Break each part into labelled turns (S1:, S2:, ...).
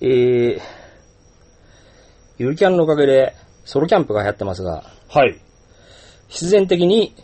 S1: えー、ゆるキャンのおかげでソロキャンプが流行ってますが、
S2: はい。
S1: 必然的に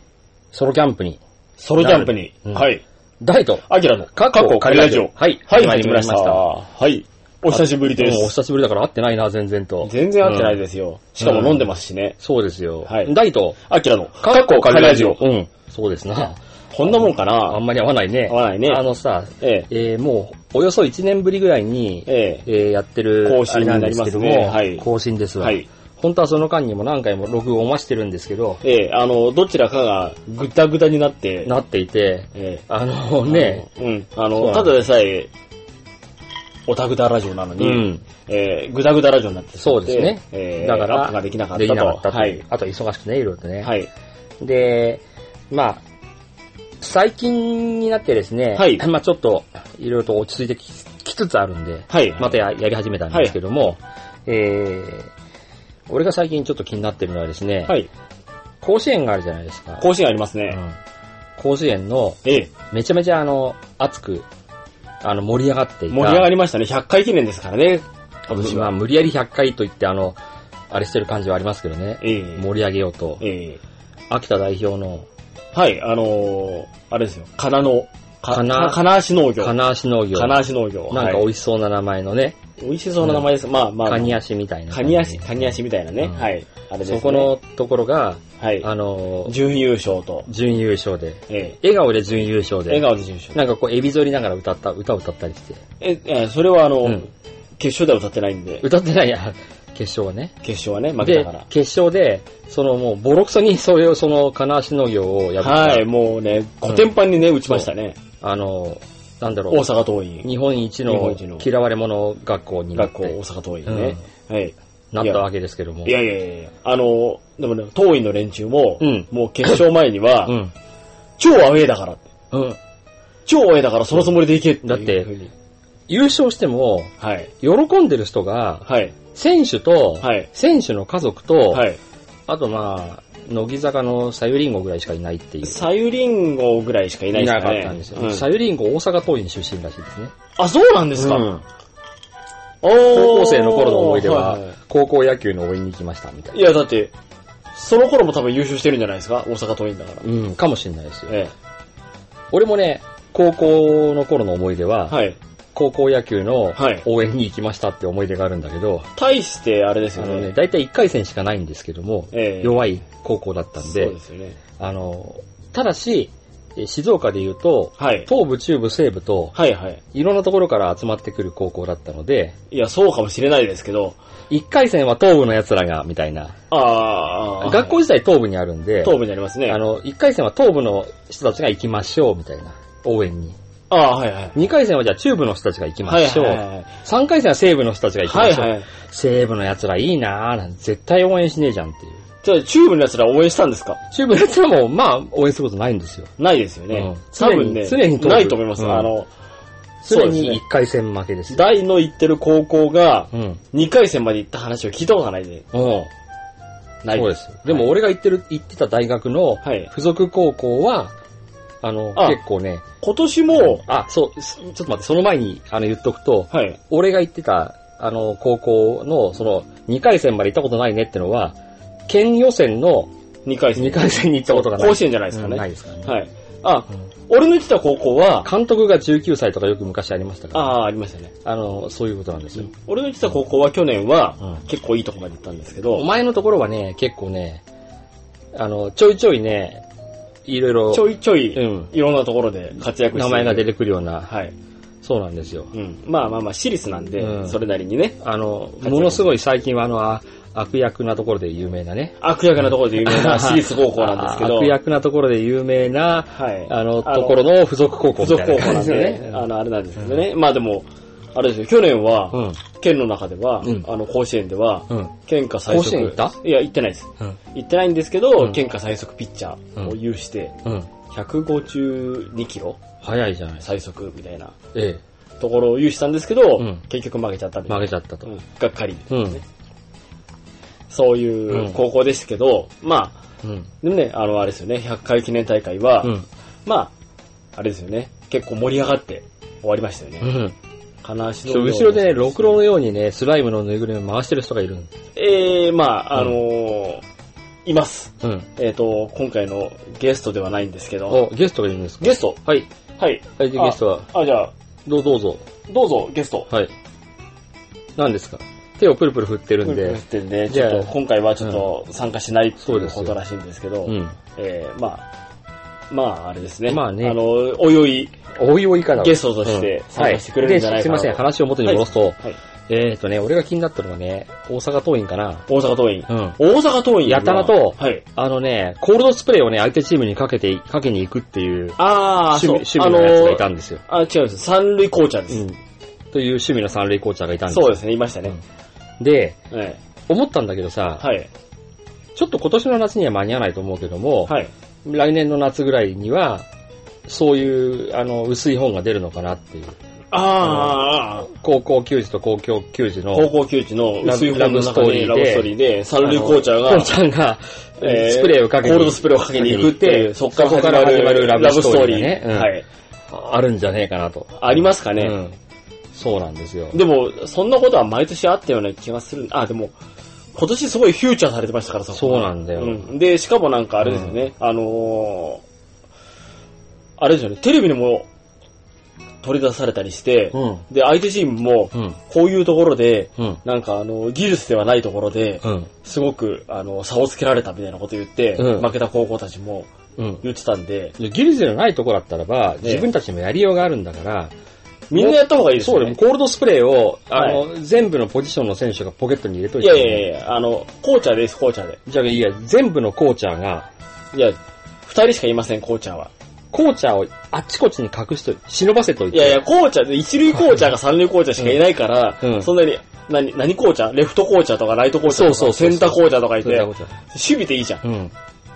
S1: ソロキャンプに、
S2: ソロキャンプに。
S1: うん
S2: はい。
S1: 大と、
S2: アキラの
S1: かっこ
S2: 仮ラジオ。
S1: はい
S2: はい、
S1: 始ま
S2: 始ま
S1: り
S2: り
S1: ま
S2: ま
S1: し
S2: したた。はい。お久しぶりで
S1: もうお
S2: す。
S1: 久しぶりだから会ってないな、全然と。
S2: 全然会ってないですよ。しかも飲んでますしね。
S1: そうですよ。
S2: はい
S1: 大と、
S2: アキラのかっこ仮ラジオ。
S1: うん。そうですな。
S2: こんなもんか
S1: あ
S2: なん
S1: まり合わないね。
S2: 合わないね
S1: あのさ、
S2: え
S1: えー、もう、およそ1年ぶりぐらいに、
S2: ええ。
S1: えーやってる、
S2: 更新
S1: あれなんですけども、
S2: になりますねはい
S1: 更新ですわ。
S2: はい。
S1: 本当はその間にも何回も録音はしてるんですけど、
S2: ええ、あの、どちらかがぐたぐたになって、
S1: なっていて、
S2: え
S1: あの
S2: え。
S1: ね、
S2: あの。うん。あ
S1: そうな
S2: の、
S1: の
S2: ただでさえ、オタクダラジオなの
S1: う
S2: に、
S1: ん、
S2: ええ、ぐだぐだラジオになってしま
S1: そ
S2: っ
S1: う
S2: て
S1: ですね。
S2: ええ、
S1: だから
S2: アップができなかった
S1: できなかった
S2: と。
S1: と。
S2: はい。
S1: あと忙しくね、いろいろとね。
S2: はい。
S1: で、まあ、最近になってですね、
S2: はい
S1: まあちょっと、いろいろと落ち着いてききつつあるんで、
S2: はい。
S1: またややり始めたんですけども、えー、俺が最近ちょっと気になってるのはですね、
S2: はい。
S1: 甲子園があるじゃないですか。
S2: 更新あります
S1: う
S2: ね。
S1: ん甲子園の
S2: ええ。
S1: めちゃめちゃあの、熱く、あの、盛り上がっていた。
S2: 盛り上がりましたね。100回記念ですからね。今年
S1: まあ、
S2: は。
S1: 無理やり100回と言ってあの、あれしてる感じはありますけどね。
S2: ええ
S1: 盛り上げようと。
S2: ええ
S1: 秋田代表の
S2: はい、あのー、あれですよ。金の、か
S1: 金
S2: か金足農業。
S1: 金足農業。
S2: 金足農業。
S1: なんか
S2: はい
S1: 美味しそうな名前のね、
S2: 美味しそうな名前です。まあまあ。
S1: カニ足みたいな。
S2: カニ足、カニ足みたいなね。
S1: うん
S2: はい。あれです
S1: そ
S2: ね。
S1: こ、のところが、
S2: はい。
S1: あの、
S2: 準優勝と、
S1: 準優勝で。
S2: え
S1: 笑顔で準優勝
S2: え笑
S1: で。
S2: 顔で準優勝。
S1: なんかこう、エビ反りながら歌った、歌を歌ったりして。
S2: え、えそれはあの、
S1: うん
S2: 決勝では歌ってないんで、
S1: 歌ってないや、決勝はね。
S2: 決勝はね、負けた
S1: で
S2: から、。
S1: 決勝で、そのもう、ボロクソにそれを、その、金足農業を破った、
S2: はい、もうね、古典版にね、打ちましたね。
S1: あの、なんだろう、
S2: 大阪桐蔭。
S1: 日本一
S2: 日本
S1: の
S2: 一の
S1: 嫌われ者学校になっ
S2: 学校、
S1: て
S2: 大、阪桐蔭ね。はい。
S1: なったわけですけども。
S2: いやいやいやあの、でもね、当院の連中も、
S1: うん
S2: もう決勝前には、
S1: うん。
S2: 超アウェーだからって、
S1: うん。
S2: 超アウェーだからそのつもりでいけって
S1: だって
S2: いうふうに。
S1: 優勝しても、
S2: はい。
S1: 喜んでる人が、
S2: はい。
S1: 選手と、
S2: はい
S1: 選手の家族と、
S2: はい。
S1: あとまあ、乃木坂のさゆりんごぐらいしかいないっていう。
S2: さゆりんごぐらいしかいない
S1: い
S2: です
S1: な
S2: か
S1: か
S2: ね。
S1: ったんですよ。
S2: うん
S1: さゆりんご大阪桐蔭出身らしいですね。
S2: あ、そうなんですか。
S1: うん
S2: お
S1: 高校生の頃の思い出は、
S2: い
S1: 高校野球の応援に行きましたみたい
S2: い
S1: な。
S2: や、だって、その頃も多分優勝してるんじゃないですか大阪桐蔭だから。
S1: うん、かもしれないですよ。
S2: え
S1: 俺もね、高校の頃の思い出
S2: え。
S1: は、
S2: はい。
S1: 高校野球の
S2: はい
S1: 応援に行きましたって思い出があるんだけど、
S2: 対して、あれです
S1: あ
S2: よ
S1: のね、
S2: ね。
S1: 大体1回戦しかないんですけども、
S2: ええ
S1: 弱い高校だったん
S2: そう
S1: で
S2: で、すよね。
S1: あの、ただし、え静岡で言うと、
S2: はい。
S1: 東部、中部、西部と、
S2: はいはい。
S1: いろんなところから集まってくる高校だったので、
S2: いや、そうかもしれないですけど、
S1: 1回戦は東部の奴らが、みたいな。
S2: ああ、
S1: 学校自体東部にあるんで、
S2: 東部になりますね。
S1: あの、1回戦は東部の人たちが行きましょう、みたいな。応援に。
S2: ああ、はいはい。
S1: 2回戦はじゃあ中部の人たちが行きま
S2: はい
S1: しょう。
S2: はいはい
S1: 3回戦は西部の人たちが行き
S2: は
S1: ま
S2: い
S1: しょう。
S2: はい。
S1: 西部の奴らいいなぁ、なんて絶対応援しねえじゃんっていう。
S2: じゃあ、チューブのやつら応援したんですか
S1: 中部の奴らも、まあ、応援することないんですよ。
S2: ないですよね。
S1: うん
S2: 多分ね、
S1: 常に常に通る
S2: ないと思います。
S1: うん
S2: あの、
S1: そ
S2: そう
S1: れ
S2: です
S1: に
S2: ね
S1: 1。回戦負けですよ。
S2: 大の行ってる高校が、
S1: うん。
S2: 2回戦まで行った話を聞いたことがないで。
S1: うん。
S2: ない
S1: そうです。でも俺が行ってる、行ってた大学の
S2: はい
S1: 付属高校は、あの、
S2: あ
S1: 結構ね、
S2: 今年も、
S1: あ、そう、すちょっと待って、その前にあの言っとくと、
S2: はい。
S1: 俺が行ってた、あの、高校の、その、2回戦まで行ったことないねってのは、県予選の
S2: 2回戦。
S1: 2回戦に行ったことがない。
S2: 甲子園じゃないですか
S1: うんない
S2: ね。
S1: ですからね。
S2: はい。あ
S1: うん、
S2: 俺の行ってた高校は、
S1: 監督が19歳とかよく昔ありましたか
S2: あ
S1: ら、
S2: あ、ありましたね。
S1: あの、そういうことなんですよ。
S2: 俺の行ってた高校は去年は
S1: うん、
S2: 結構いいとこまで行ったんですけ
S1: お
S2: ど、
S1: 前のところはね、結構ね、あの、ちょいちょいね、いろいろ、
S2: ちょいちょい、
S1: うん
S2: いろんなところで活躍し
S1: 名
S2: て
S1: 前が出
S2: る。
S1: てくるような、
S2: はい。
S1: そうなんですよ。
S2: うん。まあまあまあ、私立なん
S1: う
S2: で、
S1: ん
S2: それなりにね、
S1: あの、ものすごい最近はあの、あ悪役なところで有名なね。
S2: 悪役なところで有名な私立高校なんですけど、
S1: 悪役なところで有名な、
S2: はい。
S1: あの、ところの付属高校
S2: 付
S1: みたい
S2: 属高
S1: な
S2: 校
S1: 感
S2: なん
S1: じで
S2: でね、あの、あれなんですけどね。まあでも、あれですよ、去年は、
S1: うん。
S2: 県の中では、
S1: うん
S2: あの、甲子園では、
S1: うん。
S2: 県下最
S1: 甲
S2: 速。
S1: 子園行った
S2: いや、行ってないです。
S1: うん。
S2: 行ってないんですけど、
S1: ん
S2: 県下最速ピッチャーを有して、
S1: うん。
S2: 152キロ
S1: 早いじゃないですか。
S2: 最速みたいな
S1: ええ。
S2: ところを有したんですけど、
S1: うん
S2: 結局負けちゃったんで
S1: 負けちゃったと。
S2: うんがっかり、
S1: うん。
S2: そう
S1: う
S2: い
S1: ん
S2: う高校でしたけど、まあ、
S1: うん。
S2: でもね、あの、あれですよね、100回記念大会は、
S1: うん。
S2: まあ、あれですよね、結構盛り上がって終わりましたよね。
S1: うん。
S2: 金足
S1: そう後ろでね、ろくろのようにね、スライムのぬいぐるみを回してる人がいるん
S2: えー、まあ、あのーいます。
S1: うん。
S2: えっ、と、今回のゲストではないんですけど、
S1: お、ゲストがいるんですか
S2: ゲスト
S1: はい。
S2: はい。
S1: はい、で
S2: あ
S1: ゲストは、
S2: あ、じゃあ、
S1: どうどうぞ。
S2: どうぞ、ゲスト。
S1: はい。何ですか手をプルプル振ってるん
S2: で
S1: で。
S2: すね、
S1: じ
S2: ち
S1: ゃ
S2: ょ
S1: あ
S2: っと今回はちょっと参加しないって
S1: そう
S2: い
S1: で
S2: う
S1: すよ
S2: ことらしいんですけど、
S1: うん。
S2: えー、まあ、まあ、あれですね。
S1: まあね
S2: あの、おいおい、
S1: おいおいから。
S2: ゲストとして
S1: うん
S2: 参加してくれるんじゃないかな
S1: はで
S2: と
S1: すいません、話を元に戻すと、
S2: はい
S1: えーとね、俺が気になったのはね、大阪桐蔭かな。
S2: 大阪桐蔭。
S1: うん。
S2: 大阪桐蔭
S1: やたらと
S2: はい。
S1: あのね、コールドスプレーをね、相手チームにかけて、かけに行くっていう、
S2: ああ、
S1: 趣味
S2: そ
S1: 趣
S2: う、あ
S1: 味
S2: の
S1: のやつがいたんですよ。
S2: あ、違うんです。三塁紅茶です。
S1: うん。という趣味の三塁コーチャーがいたんです
S2: そう
S1: よ。
S2: ですね、いましたね。
S1: で、
S2: はい。
S1: 思ったんだけどさ、
S2: はい。
S1: ちょっと今年の夏には間に合わないと思うけども、
S2: はい。
S1: 来年の夏ぐらいには、そういう、あの、薄い本が出るのかなっていう。
S2: ああ、
S1: 高校球児と高校球児の、
S2: 高校球児の薄い本
S1: ラブ
S2: の中にラブ
S1: ス
S2: ス
S1: ト
S2: ト
S1: ー
S2: ー
S1: リ
S2: リーで、三塁紅茶
S1: ポ
S2: が
S1: ン、ちゃんが、
S2: えー
S1: スプレーをかけ
S2: コール
S1: に
S2: ドスプレーをかけに行くっていう、そ
S1: そ
S2: っから
S1: こから始
S2: 始
S1: ま
S2: ま
S1: る
S2: る
S1: ラ
S2: ラ
S1: ブ
S2: ブ
S1: ス
S2: ス
S1: ト
S2: ト
S1: ー
S2: ー
S1: リ
S2: リ
S1: ー
S2: ー。
S1: がねうん
S2: はい。
S1: あるんじゃねえかなと。
S2: ありますかね
S1: うんそうなんですよ。
S2: でも、そんなことは毎年あったような気がする。あ、でも、今年すごいフューチャーされてましたから、そこ
S1: そうなんだよ
S2: うんで、しかもなんかあれですよね、あのー、あれですよね、テレビにも取り出されたりして、
S1: うん。
S2: で、相手チームも、
S1: うん。
S2: こういうところで、
S1: うん。
S2: なんかあの、技術ではないところで、
S1: うん。
S2: すごく、あの、差をつけられたみたいなこと言って、
S1: うん
S2: 負けた高校たちも
S1: うん。
S2: 言ってたんで、
S1: で技術のないとこだったらば、自分たちもやりようがあるんだから、
S2: みんなやった方がいいです
S1: そう
S2: よ
S1: で
S2: ね
S1: も。コールドスプレーを、あ
S2: はい
S1: の、全部のポジションの選手がポケットに入れとい
S2: い
S1: て、
S2: やいやいや、あの、紅茶です、紅茶で。
S1: じゃあいいや、全部のコーチャーが、
S2: いや、二人しかいません、紅茶は。
S1: コーチャーをあっちこっちに隠しといて、忍ばせとい
S2: い
S1: て、
S2: やいや、紅茶で、一塁紅茶か三塁紅茶しかいないから、
S1: うんうん
S2: そんなに、何、何紅茶レフト紅茶とかライト紅茶とか、
S1: そうそうそうそう
S2: センター紅茶とかい
S1: そ
S2: て、
S1: んな
S2: 守
S1: ことは
S2: 備でいいじゃん。
S1: うん。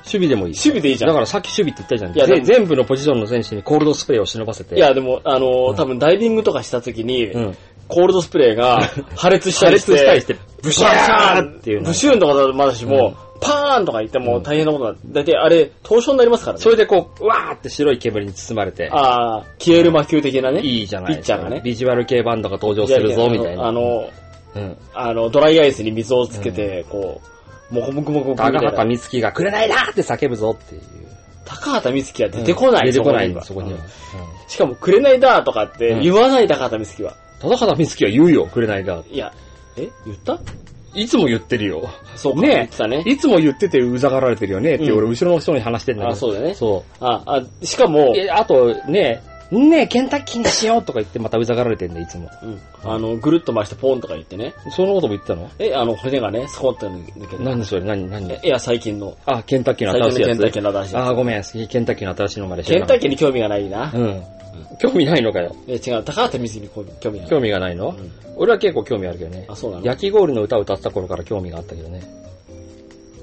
S1: 守備でもいい。
S2: 守備でいいじゃん
S1: だからさっき守備って言ったじゃん。
S2: いや
S1: ぜ
S2: でも
S1: 全部のポジションの選手にコールドスプレーを忍ばせて、
S2: いや、でも、あのー
S1: うん
S2: 多分ダイビングとかした時に、
S1: うん。
S2: コールドスプレーが破裂した
S1: 破
S2: り
S1: 裂
S2: し、
S1: したりしてて、
S2: ブ
S1: ブ
S2: シ
S1: シ
S2: ャ
S1: ャ
S2: ー
S1: ー
S2: ン
S1: っ
S2: ってて
S1: い
S2: いうう。
S1: の
S2: ブシューンとかだとまだしも、
S1: うん
S2: パーンとか言っても
S1: うん
S2: 大変なことなんだ。だってあれ、凍傷になりますからね。
S1: それでこう、うわーって白い煙に包まれて、
S2: ああ、消える魔球的なね。
S1: いいじゃないです
S2: ピッチャー
S1: か。
S2: がね
S1: ビジュアル系バンドが登場するぞ、みたいな。
S2: あの、
S1: うん。
S2: あの、ドライアイスに水をつけて、こう、もこもこもこもこみたい
S1: 高
S2: な。
S1: 畑美月がくれないなーって叫ぶぞっていう。
S2: 高畑美月は出てこない、
S1: 出てこないんだ、
S2: は
S1: そこには
S2: うん。しかも、くれないだとかって
S1: うん
S2: 言わない高畑美月は。
S1: 高畑美月は言うよ、くれないが。
S2: いや、え言った
S1: いつも言ってるよ。
S2: そうか、
S1: ねえ
S2: 言ってたね。
S1: いつも言っててうざがられてるよねって、
S2: うん
S1: 俺後ろの人に話してんだけど。
S2: あ、そうだよね。
S1: そ
S2: あ、あ、しかも
S1: う。、えあと、ねねえ、ケンタッキーにしようとか言ってまたうざがられてんだ、いつも。
S2: うんあの、ぐるっと回してポンとか言ってね。
S1: そのことも言ってたの
S2: え、あの、骨がね、スコッと抜けて。
S1: 何それ何何
S2: えいや、最近の。
S1: あ、ケンタッキーの新
S2: 最
S1: しい
S2: 近のケ
S1: や
S2: ンタッキ
S1: つ
S2: ーの新しいや
S1: あー、ごめん。ケンタッキーの新しいのまで
S2: つ。ケンタッ
S1: キ
S2: キーに興味がないな。
S1: うん。興味ないのかよ。
S2: え、違う、高畑美月に興味がな
S1: 興
S2: い。
S1: 味がないの
S2: うん
S1: 俺は結構興味あるけどね
S2: あ、。そうなの
S1: 焼き氷の歌を歌ってた頃から興味があったけどね。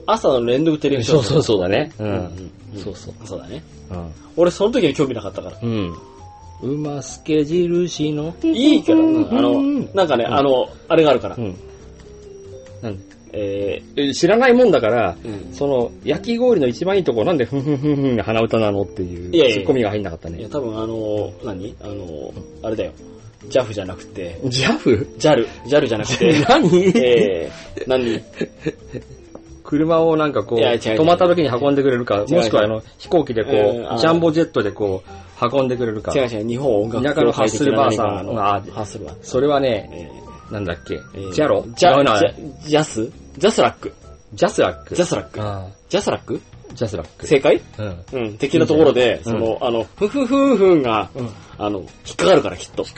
S2: 朝の連続テレビ小
S1: そう
S2: 説。
S1: そうそうだね。う。
S2: うんん。うん
S1: そうそう。
S2: そうだね。
S1: うん。
S2: 俺、その時は興味なかったから。
S1: うん。うますけ印の。
S2: いいけどな、あ
S1: う
S2: の
S1: ん、
S2: なんかね、あの、あれがあるから
S1: う。ん。なん
S2: えー
S1: え知らないもんだから、
S2: うん
S1: その、焼き氷の一番いいとこなんで、ふんふんふんふんが鼻歌なのっていう、
S2: いやいや
S1: ツッコミが入んなかった
S2: いや、
S1: ね。
S2: 多分あのー、何あのー、あれだよ。JAF じゃなくて、
S1: ジャフ
S2: JAL、JAL じゃなくて、
S1: 何、
S2: えー、何
S1: 車をなんかこう、
S2: いや違う違う
S1: 止まった時に運んでくれるか、
S2: 違う
S1: もしくはあの、飛行機でこう、
S2: うんあー
S1: ジャンボジェットでこう、運んでくれるか
S2: 違う。違う、日本音楽
S1: 田舎のハッスルバーさん
S2: あの
S1: あ
S2: ハ
S1: ー
S2: ッスルバー。
S1: それはね、
S2: え
S1: なんだっけ、
S2: ー
S1: ジャロ
S2: ジ
S1: 違う
S2: ャ、
S1: な
S2: ジャジャスジャスラック。
S1: ジャスラック。
S2: ジャスラック。
S1: あ
S2: ジャスラック
S1: ージャスラック。
S2: 正解
S1: うん。
S2: うん。的なところで、
S1: いじゃ
S2: そ
S1: ん
S2: の、あの、ふふふんふんが、
S1: うん。
S2: あの、引っかかるからきっと。
S1: ふ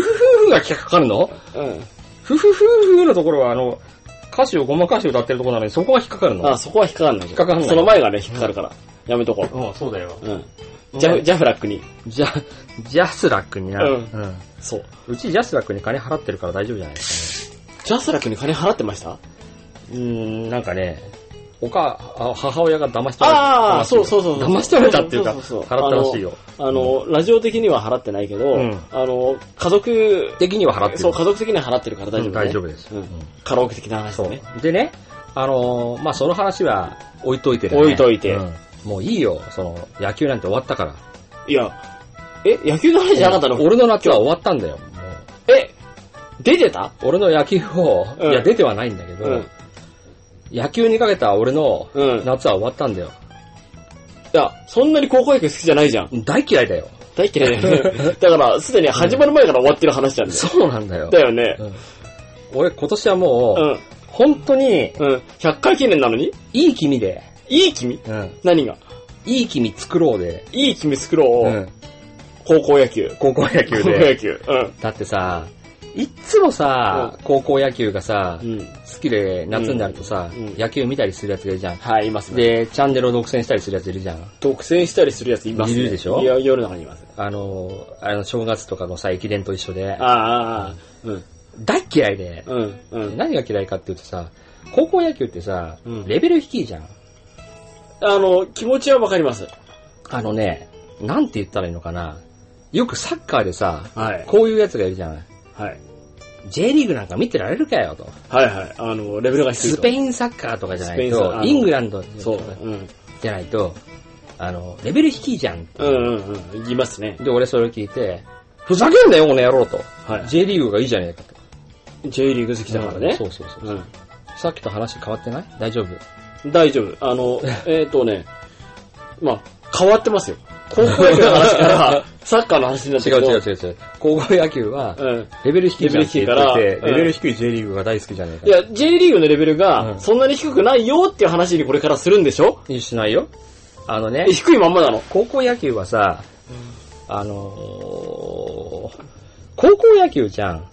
S1: ふふふがかかるの
S2: うん。
S1: ふふふふのところは、あの、歌詞をごまかして歌ってるところなのに、そこが引っかかるの。
S2: あ、そこは引っかかんない。引
S1: っかかんない
S2: その前がね、引っかかるから。やめとこう。
S1: うん、そうだよ。
S2: うん。ジャフ、ジャフラックに。
S1: ジャ、ジャスラックにな。
S2: うん
S1: うん。
S2: そう。
S1: うちジャスラックに金払ってるから大丈夫じゃないです
S2: ジャスラックに金払ってました
S1: かね。うん、なんかね、おか、あ母親が騙し取れ
S2: ああ、
S1: 騙し取
S2: そう
S1: れ
S2: そうそうそう。
S1: 騙し取れたっていうか、
S2: そそ
S1: 払
S2: そ
S1: ったらしいよ。
S2: あの、あのラジオ的には払ってないけど、
S1: うん
S2: あの、家族、
S1: 的には払ってる。
S2: そう、家族的には払ってるから大丈夫、
S1: う
S2: ね
S1: ん大丈夫です。
S2: うん
S1: うん
S2: カラオケ的な話
S1: そ
S2: でね。
S1: う。でね、あのーまあ、その話は置いといてね
S2: 置いといて
S1: うんもういいよ、その、野球なんて終わったから。
S2: いや、え、野球の話じゃなかったの
S1: 俺の夏は終わったんだよ。
S2: え、出てた
S1: 俺の野球を、
S2: うん
S1: いや、出てはないんだけど、
S2: うん
S1: 野球にかけた俺の
S2: うん。い
S1: 夏は終わったんだよ。
S2: や、そんなに高校野球好きじゃないじゃん。
S1: 大嫌いだよ。
S2: 大嫌いだ よね。だから、すでに始まる前から終わってる話なんだよ。
S1: そうなんだよ。
S2: だよね。
S1: うん俺、今年はも
S2: う
S1: う、
S2: ん。
S1: 本当に、
S2: うん。100回記念なのに
S1: いい気味で、
S2: いい君
S1: うん、
S2: 何が
S1: いい気味作ろうで、
S2: いい君作ろうを、
S1: うん、
S2: 高校野球。
S1: 高校野球
S2: 高校野
S1: で。
S2: 球。うん。
S1: だってさ、いっつもさ、高校野球がさ、
S2: うん。
S1: 好きで夏になるとさ、
S2: うんうん
S1: 野球見たりするやつがいるじゃん。
S2: はい、いますね。
S1: で、チャンネルを独占したりするやついるじゃん。
S2: 独占したりするやついますね。
S1: いるでしょ
S2: いや、夜の中にいます。
S1: あの、あの、正月とかのさ、駅伝と一緒で
S2: あ、あ、ああ、うん。
S1: 大嫌いで、
S2: うん。うん。
S1: 何が嫌いかっていうとさ、高校野球ってさ、
S2: うん
S1: レベル低いじゃん。
S2: あの、気持ちはわかります。
S1: あのね、なんて言ったらいいのかな。よくサッカーでさ、
S2: はい。
S1: こういうやつがいるじゃない。
S2: はい。
S1: J リーグなんか見てられるかよと。
S2: はいはい。あの、レベルが低いと。
S1: スペインサッカーとかじゃな
S2: スペイ
S1: い
S2: ンサッカ
S1: と、
S2: ー
S1: イングランド
S2: そう。
S1: とか
S2: うん。
S1: じゃないと、あの、レベル低いじゃん。
S2: うんうんうん。いますね。
S1: で、俺それを聞いて、ふざけんなよ、この野郎と。
S2: は
S1: J リーグがいいじゃねえかと。
S2: い。J リーグ好きだからね。
S1: そうそうそう。
S2: うん。
S1: さっきと話変わってない大丈夫。
S2: 大丈夫。あの、えっ、とね、まあ、変わってますよ。高校野球の 話から、サッカーの話になって
S1: 違う違う
S2: う。
S1: 違う違う。高校野球は、
S2: うん。
S1: レベル低いじゃんって言って
S2: レベル低
S1: て、
S2: いから
S1: レベル低い J リーグが大好きじゃね
S2: い
S1: えか。
S2: や、J リーグのレベル
S1: う
S2: が、
S1: ん
S2: そんなに低くないよっていう話にこれからするんでしょ、
S1: いや、しないよ。あのね
S2: え、低いまんまなの。
S1: 高校野球はさ、あのー高校野球じゃん。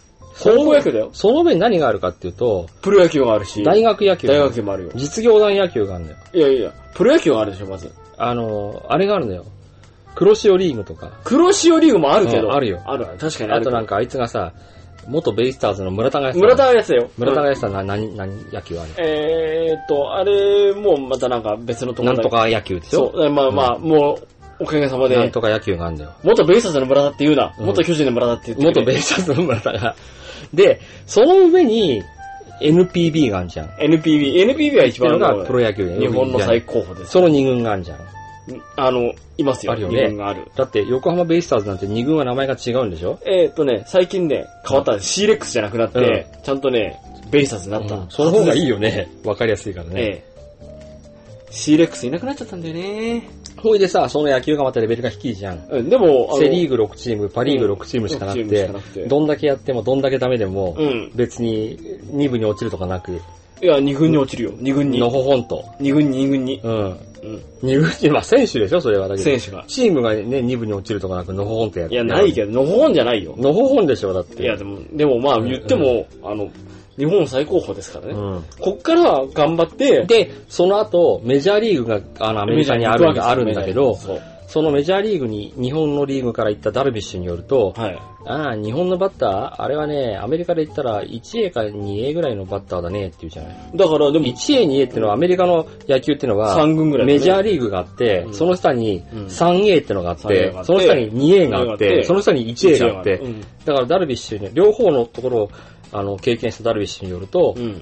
S2: 高校野球だよ。
S1: その上に何があるかっていうと、
S2: プロ野球があるし、
S1: 大学野球。
S2: 大学球もあるよ。
S1: 実業団野球があるんだよ。
S2: いやいや、プロ野球があるでしょ、まず。
S1: あのーあれがあるんだよ。黒潮リーグとか。
S2: 黒潮リーグもあるけど。
S1: うんあるよ
S2: ある、確かにあ
S1: あ
S2: る。
S1: となん
S2: か、
S1: かあいつがさ、元ベイスターズの村田がやってた
S2: 村田がやつだよ。
S1: 村田
S2: うん
S1: がやってたな、何、何野球あれ。
S2: えーっと、あれ、もうまたなんか別のとこ
S1: な
S2: ろ
S1: んと。か野球でし
S2: そ
S1: ょ
S2: う、えまあまあ、もう、おかげさまで。
S1: なんとか野球があるんだよ。
S2: 元ベイスターズの村田って言うな。
S1: うん
S2: 元巨人の村田って言って
S1: 元
S2: く
S1: ベ
S2: れ。
S1: イスターズの村田が。で、その上に NPB があるじゃん。
S2: NPB。NPB は一
S1: ってい
S2: 番
S1: うの
S2: あ
S1: が
S2: の
S1: プロ野球で
S2: 日本の最高峰です。
S1: その2軍があるじゃん。
S2: あの、いますよ。
S1: あるよ
S2: 日
S1: ね
S2: 本がある。
S1: だって横浜ベイスターズなんて2軍は名前が違うんでしょ
S2: えーっとね、最近ね、変わったんです。C レックスじゃなくなって、ちゃんとね、ベイスターズになった。
S1: その方がいい
S2: よ。
S1: よね。わかりやすいからね。
S2: ええ。C レックスいなくなっちゃったんだよね。
S1: ほいでさ、その野球がまたレベルが低いじゃん。
S2: うん、でも、
S1: セリー
S2: グ
S1: グ6チーム、パリーグ6チームしかなく
S2: うん六チー
S1: て
S2: ムしかなくて、
S1: どんだけやってもどんだけダメでも
S2: う、ん。
S1: 別に2部に落ちるとかなく、
S2: いや、二軍に落ちるよ。二軍に。
S1: のほほんと。
S2: 二軍に、二軍に。
S1: うん。
S2: うん。
S1: 2軍に、まあ選手でしょ、それはだけど。
S2: 選手が
S1: チームがね、2部に落ちるとかなく、のほほんとやって
S2: いや、ないけど、のほほんじゃないよ。
S1: のほほんでしょ、だって。
S2: いや、でも、でもまあ、
S1: ん
S2: 言っても、あの、日本最高峰ですからね。
S1: うん。
S2: こっから頑張って、
S1: で、その後、メジャーリーグが、あの、アメリカにあ
S2: メ
S1: る
S2: ジャーに行くわけですよ
S1: あるんだけど、
S2: そう。
S1: そのメジャーリーグに、日本のリーグから行ったダルビッシュによると、
S2: はい。
S1: ああ、日本のバッターあれはね、アメリカで言ったら 1A か 2A ぐらいのバッターだねって言うじゃない。
S2: だから、でも、
S1: 1A、2A ってのはアメリカの野球ってのは、
S2: 3軍ぐらい、
S1: メジャー
S2: リ
S1: リーグがあって、
S2: うん
S1: その下に
S2: うん
S1: 3A ってのがあっ
S2: 3A
S1: て
S2: があっ、て
S1: その下に 2A があっ
S2: 2A があって
S1: て、その下に 1A があって、
S2: うん。
S1: だからダルビッシュに、両方のところをあの経験したダルビッシュによると、
S2: うん。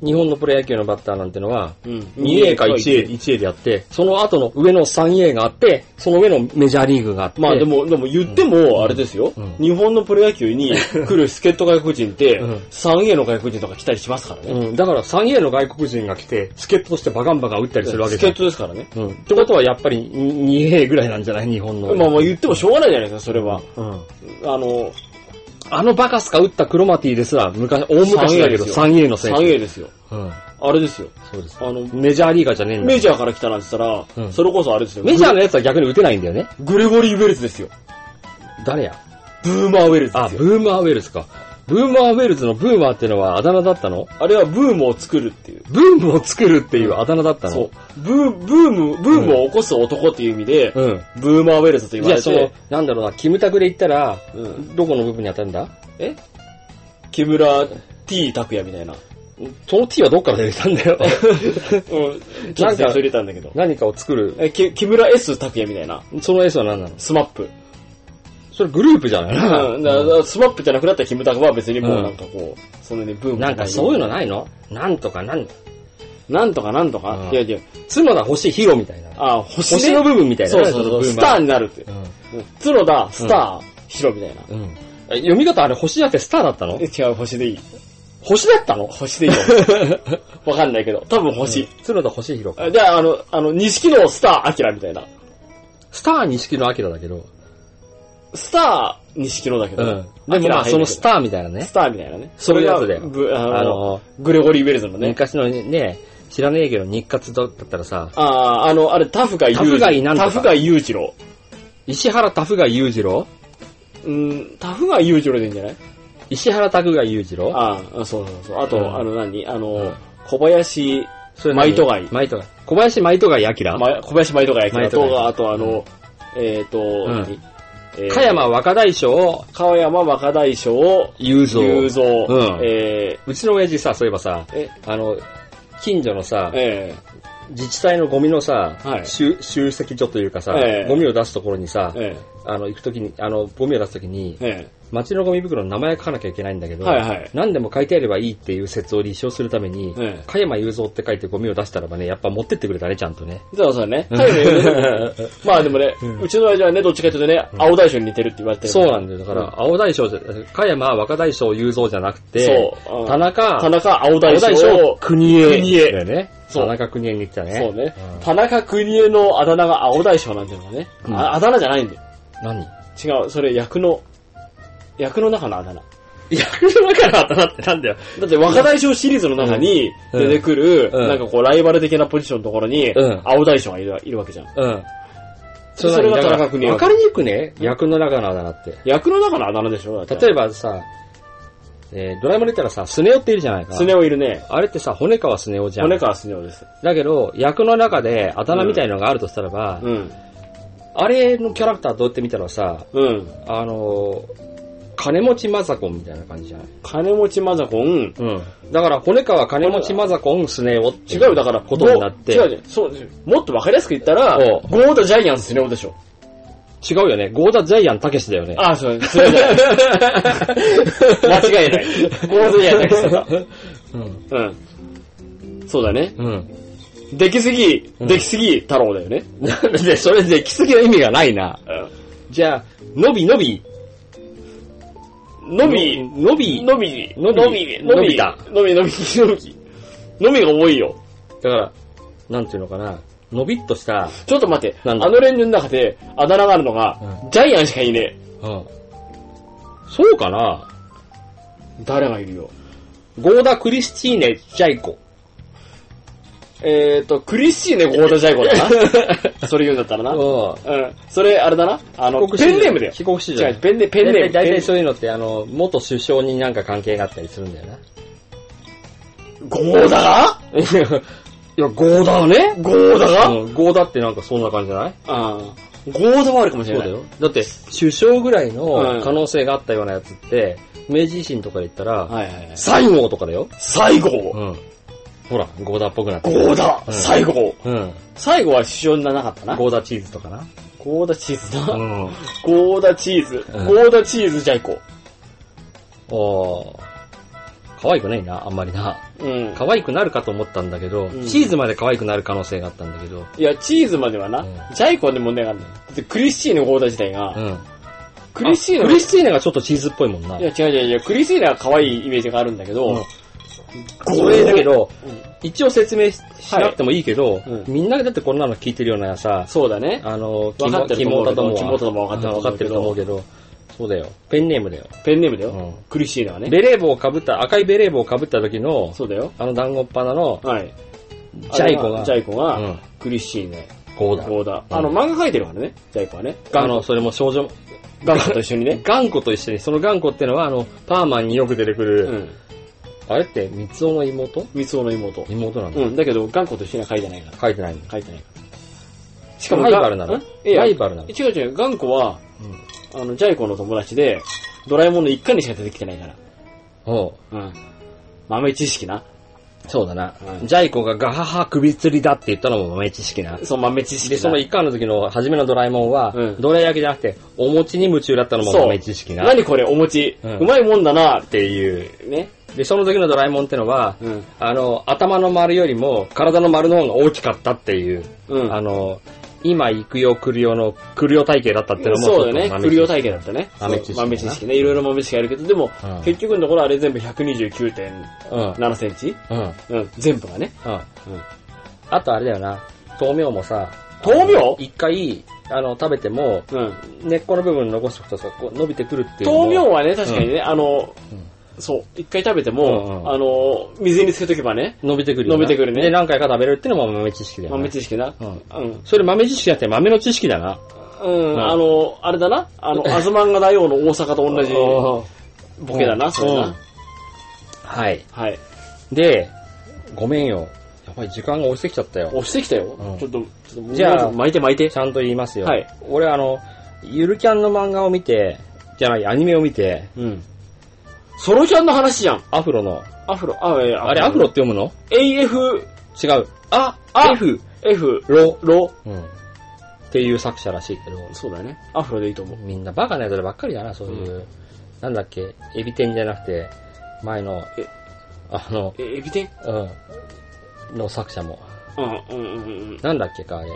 S1: 日本のプロ野球のバッターなんてのは、
S2: うん。
S1: 2A か 1A、。1A であって、その後の上の 3A があって、その上のメジャーリーグがあって。
S2: まあで、も、でも言っても、あれですよ、
S1: うん
S2: 日本のプロ野球 に来る助っ人外国人って、
S1: うん
S2: 3A の外国人とか来たりしますからね。
S1: うん、だから 3A の外国人が来て、助っ人としてバカンバカン打ったりするわけじ
S2: 助
S1: ゃ
S2: っ
S1: ん。
S2: 人ですからね。
S1: うん。ってことはやっぱり 2A ぐらいなんじゃない日本の。
S2: まあまあ言ってもしょうがないじゃないですか、それは。
S1: うん。
S2: あの、
S1: あのバカスカ打ったクロマティですら、昔、大昔だけど
S2: 3A ですよ
S1: 3A の選手。
S2: 3A ですよ。
S1: うん。
S2: あれですよ。
S1: そうです。
S2: あの、
S1: メジャーリーガーじゃねえんだ
S2: メジャーから来たなんて言ったら、
S1: うん
S2: それこそあれですよ。
S1: メジャーのやつは逆に打てないんだよね。
S2: グレゴリー・ウェルズですよ。
S1: 誰や
S2: ブーマー・ウェルズで
S1: あ、
S2: すよ。
S1: ブーマーウェルズか。ブーマーウェルズのブーマーってのはあだ名だったの
S2: あれはブームを作るっていう。
S1: ブームを作るっていうあだ名だったの
S2: そう。ブー、ブーム、ブームを起こす男っていう意味で、
S1: う。うん。
S2: ブーマー・ウェルズと言わ
S1: じゃあ
S2: れて、
S1: その、なんだろうな、キムタクで言ったら、
S2: うん、
S1: どこの部分に当たるんだ
S2: え木村 T 拓也みたいな。
S1: その T はどっから出てきたんだよ。
S2: うん。ちょっとセリフ入れたんだけど。
S1: 何かを作る。
S2: え、き木村 S 拓也みたいな。
S1: その S は何なの
S2: スマップ。
S1: それグループじゃな
S2: う
S1: い
S2: ん。だからスマップじゃなくなった木村拓は別にもううんなんかこう、そんなにブー ム
S1: なんかそういうの
S2: な。
S1: ないのなんとかなん、
S2: なんとかなんと
S1: う
S2: か。
S1: ん
S2: いやいや、
S1: 角田星ヒロみたいな。
S2: あ、星ね
S1: 星の部分みたいな。
S2: そうそうそう、スターになるって。
S1: ー。
S2: うん角田、スター、ヒロみたいな。
S1: うん。うん。え読み方あれ星じゃなくてスターだったの
S2: え違う、星でいい。
S1: 星だったの
S2: 星でいいよ。 わかんないけど、多分星。
S1: 角田星弘か。
S2: あじゃあ、あの、あの、錦のスター、アキラみたいな。
S1: スター錦野明だけど、
S2: スター、錦のだけ
S1: う
S2: ど。
S1: ん。でもまあそのスターみたいな
S2: ー。
S1: ね
S2: ス、ターみたいなね。
S1: そういうやつだ
S2: で
S1: よ
S2: あの、
S1: あの、
S2: グレゴリー・ウェルズのね。
S1: 昔のね、知らねえけど日活だったらさ、
S2: ああ、あの、あれ、タフガイ・ユ
S1: タフガイなんとか
S2: タフガイ・ユージロ
S1: 石原タフガ裕次郎
S2: ー。うん、タフガイ・ユージローでいいんじゃない
S1: 石原タフガ裕次郎
S2: ああ、そうそうそう。あと、
S1: うん
S2: あの何、あの、
S1: うん
S2: 小林、
S1: それ
S2: マイトガイ
S1: マイトガイ。小林マイトガイ明。
S2: ま、小林舞とかやけ
S1: 舞とか
S2: どと、あとあの、えっ、と、
S1: ん
S2: 何えー
S1: 加山若大将、
S2: 加山若大将、
S1: 雄
S2: 雄
S1: 三。
S2: 三、
S1: うん
S2: え
S1: うちの親父さ、そういえばさ、
S2: ー、え、
S1: あの、近所のさ、
S2: え
S1: 自治体のゴミのさ、
S2: はい
S1: 集集積所というかさ、
S2: ええ
S1: ゴミを出すところにさ
S2: ー、、え
S1: あの、行くときに、あの、ゴミを出すときに
S2: ー、、え
S1: 町のゴミ袋の名前書かなきゃいけないんだけ
S2: ー、
S1: ど、
S2: はいはい。
S1: 何でも書いてあればいいっていう説を立証するために、
S2: え
S1: 加山雄三って書いてゴミを出したらばね、やっぱ持ってってくれたね、ちゃんとね。
S2: ー、そうそうね。太陽の ねまあでもね、う
S1: うん
S2: ちの親父はね、どっちかというとね、青大将に似てるって言われてる。
S1: そうなんだよ。だから、
S2: うん
S1: 青大将じゃ、加山若大将雄三じゃなくて、
S2: そう。
S1: 田中、
S2: 田中青
S1: 青
S2: 大将。
S1: 大将、国江。
S2: 国江
S1: だよね。
S2: そう
S1: 田中国江に言ってたね。
S2: そうね
S1: うん。
S2: 田中邦衛のあだ名が青大将なんていうのがね。
S1: うん
S2: ああだ名じゃないんだよ。
S1: 何
S2: 違う、それ役の、役の中のあだ名。
S1: 役の中の頭ってなんだよ。
S2: だって若大将シリーズの中に
S1: うん
S2: 出てくる、
S1: うん
S2: なんかこうライバル的なポジションのところに
S1: うん、
S2: 青大将がいるいるわけじゃん。
S1: うん。
S2: それが田中邦衛
S1: わかりにくね、役の中のあだ名って。
S2: 役の中のあだ名でしょ
S1: 例
S2: え
S1: えばさ、えードラえもんで言ったらさ、スネ夫っているじゃないか。
S2: スネ夫いるね。
S1: あれってさ、骨川スネ夫じゃん。
S2: 骨川スネ夫です。
S1: だけど、役の中であだ名みたいのがあるとしたらば、
S2: うん。
S1: あれのキャラクターどうやって見たらさ、
S2: うん。
S1: あのー金持ちマザコンみたいな感じじゃない
S2: 金持ちマザコン、
S1: うん。だから、骨川金持ちマザコンスネ夫って
S2: 違
S1: いう
S2: よ、だから、
S1: ことになって。
S2: 違うよ、そう、もっとわかりやすく言ったら、
S1: お
S2: ゴーダジャイアンスネ夫でしょ。
S1: 違うよね。ゴーダジャイアンたけしだよね。
S2: あ、そう、それじゃ ない間違いない。ゴールデンやったけど
S1: うん。
S2: うん。そうだね。
S1: うん。
S2: 出来すぎ、
S1: うん
S2: 出来すぎ太郎だ よね。
S1: なんで、それで、来すぎの意味がないな。じゃあ、のびのび。
S2: のび、
S1: のび。だ
S2: のび、
S1: のび
S2: のび、
S1: の
S2: の
S1: び
S2: び
S1: だ
S2: だ。のび、のび、のび。のびが多いよ。
S1: から、なんていうのかな。のびっとした、
S2: ちょっと待って、あ
S1: なんだ
S2: の連中の中であだ名があるのが、ジャイアンしかいね
S1: うん。そうかな
S2: え。誰がいるよ。
S1: ゴーダ・クリスチーネ・ジャイコ。
S2: えーと、クリスチーネ・ゴーダジャイコだ な。それ言うんだったらな。うん。
S1: う
S2: それ、あれだな。あの、
S1: ん。
S2: ペンネームだよ。
S1: 帰国子女
S2: 違。う、ペンネペンネーム。
S1: 大
S2: ペ
S1: 体
S2: ン
S1: そういうのって、あの、元首相になんか関係があったりするんだよな。
S2: ゴーダが
S1: いや、ゴーダはね。
S2: ゴーダが
S1: うんゴーダってなんかそんな感じじゃない
S2: ああ。ゴーダはあるかもし
S1: そ
S2: れ
S1: う
S2: な
S1: だ
S2: い。
S1: よ。だって、首相ぐらいの
S2: うん
S1: 可能性があったようなやつって、明治維新とかで言ったら、
S2: はいはいはい。
S1: 西郷とかだよ。
S2: 最後
S1: うん。ほら、ゴーダっぽくなってる。
S2: ゴーダ
S1: うん
S2: 最後
S1: うん。
S2: 最後は首相にならなかったな。
S1: ゴーダチーズとかな。
S2: ゴーダチーズ
S1: う
S2: な。
S1: ん。あ
S2: ゴーダチーズ。
S1: うん
S2: ゴーダチーズジャイコ。
S1: あ。可愛くないな、あんまりな。
S2: うん。
S1: 可愛くなるかと思ったんだけど、
S2: うん
S1: チーズまで可愛くなる可能性があったんだけど、
S2: いや、チーズまではな
S1: うん、
S2: ジャイコで問題があるんだよ。だってクリスチーヌゴーダ自体
S1: う
S2: が、
S1: ん。
S2: クリスチー
S1: あ
S2: ヌ
S1: クリスチーネがちょっとチーズっぽいもんな。
S2: いや、違う違う違う、クリスチーヌは可愛いイメージがあるんだけ
S1: うん
S2: ど、
S1: それだけど、
S2: うん、
S1: 一応説明ししなくてもいいけど、
S2: うん
S1: みんなだってこんなの聞いてるようなさ、
S2: そうだね。
S1: あの、
S2: 分かってると思うけど、キ
S1: キ
S2: モ
S1: モ
S2: タとも
S1: は
S2: 分かってる
S1: 分かってると思うけど、そうだよ。ペンネームだよ。
S2: ペンネームだ
S1: う
S2: よ。
S1: ん
S2: クリスチーヌはね。
S1: ベレー帽をかぶった、赤いベレー帽をかぶった時の、
S2: そうだよ。
S1: あの団子っ鼻の、
S2: はい。
S1: ジャイコが、
S2: ジャイコ
S1: う
S2: が、
S1: ん、
S2: クリスチーヌ、
S1: こうだ。
S2: ゴーダ。あの、
S1: うん
S2: 漫画描いてるからね、ジャイコはね。
S1: あの、それも少女、
S2: ガンコと一緒 にね。
S1: 頑固と一緒に、その頑固ってのは、あの、パーマンによく出てく
S2: う
S1: る、
S2: ん。
S1: あれって、三つの妹
S2: 三つ男の妹。
S1: 妹なんだ。
S2: うん、だけど、頑固と一緒には書いてないから。
S1: 書いてないの。
S2: 書いてないから。し
S1: ライバルなの
S2: んいや、
S1: ライ
S2: 違
S1: バルなの。
S2: う違う、頑固は、あの、ジャイコの友達で、ドラえもんの一巻にしか出てきてないから。
S1: うん。うん
S2: うん。豆知識な。
S1: そうだな。
S2: うん
S1: ジャイコがガハハ首吊りだって言ったのも豆知識な。
S2: その豆知識
S1: で、
S2: な。
S1: その一巻の時の初めのドラえもんは、
S2: うん
S1: ドラ焼きじゃなくて、お餅に夢中だったのも
S2: そう
S1: 豆知識な。っ
S2: 何これ、お餅。
S1: う
S2: うんまいもんだな、
S1: ていう。
S2: ね。
S1: で、その時のドラえもんってのは、
S2: うん。
S1: あの、頭の丸よりも体の丸の方が大きかったっていう、
S2: うん。
S1: あの、今行くよ、来るよの、来るよ体系だったってのも、
S2: そうだよね。クリオ体系だ
S1: っ
S2: ったね。
S1: 豆知識
S2: そう豆知識ね。いろいろ豆知識あるけど、でも、
S1: うん
S2: 結局のところあれ全部
S1: た。
S2: 129.7
S1: うん。
S2: センチ
S1: うん。
S2: うん、全部がね。
S1: うん。
S2: うん。
S1: あとあれだよな、豆苗もさ、
S2: 豆苗
S1: あの一回、あの、食べても、
S2: うん。
S1: 根っこの部分残しておくとさ、こう伸びてくるっていうのも。
S2: 豆苗はね、確かにね、あの、そう、一回食べて
S1: うんう
S2: も、
S1: ん
S2: あの、水につけとけばね、
S1: 伸びてくるよな
S2: 伸びてくるね
S1: で、何回か食べれるってのも豆知識だよな。
S2: 豆知識な。
S1: うん。
S2: うん。
S1: それ豆知識じゃなくて豆の知識だな。
S2: うん、
S1: ん
S2: あの、あれだな、 あの、アズマンガ大王の大阪と同じ
S1: おー
S2: ボケだ
S1: う
S2: な、
S1: ん
S2: それ
S1: うん
S2: な。
S1: はい。
S2: はい。
S1: で、ごめんよ。やっぱり時間が落ちてきちゃったよ。
S2: 押してきたよ
S1: う。ん
S2: ちょっと、ちょっと、
S1: じゃあ
S2: まず巻いて巻いて
S1: ち。ゃんと言いますよ。
S2: はい
S1: 俺あの、ゆるキャンの漫画を見て、じゃない、アニメを見て、
S2: うん。ソロキャンの話じゃん。
S1: アフロの、
S2: アフロ、あ、え
S1: あれアフロって読むの
S2: ?AF、
S1: 違う。あ、
S2: あ
S1: F、
S2: F、
S1: ロ、
S2: ロ、
S1: うん。っていう作者らしいけど、
S2: そうだね。アフロでいいと思う。
S1: みんなバカなやつらばっかりだな、そういう。なんだっけ、エビ天じゃなくて、前の
S2: え、
S1: あの、
S2: え、エビ天
S1: うん、の作者も。
S2: うん、うん、うん、うん。
S1: なんだっけか、あれ。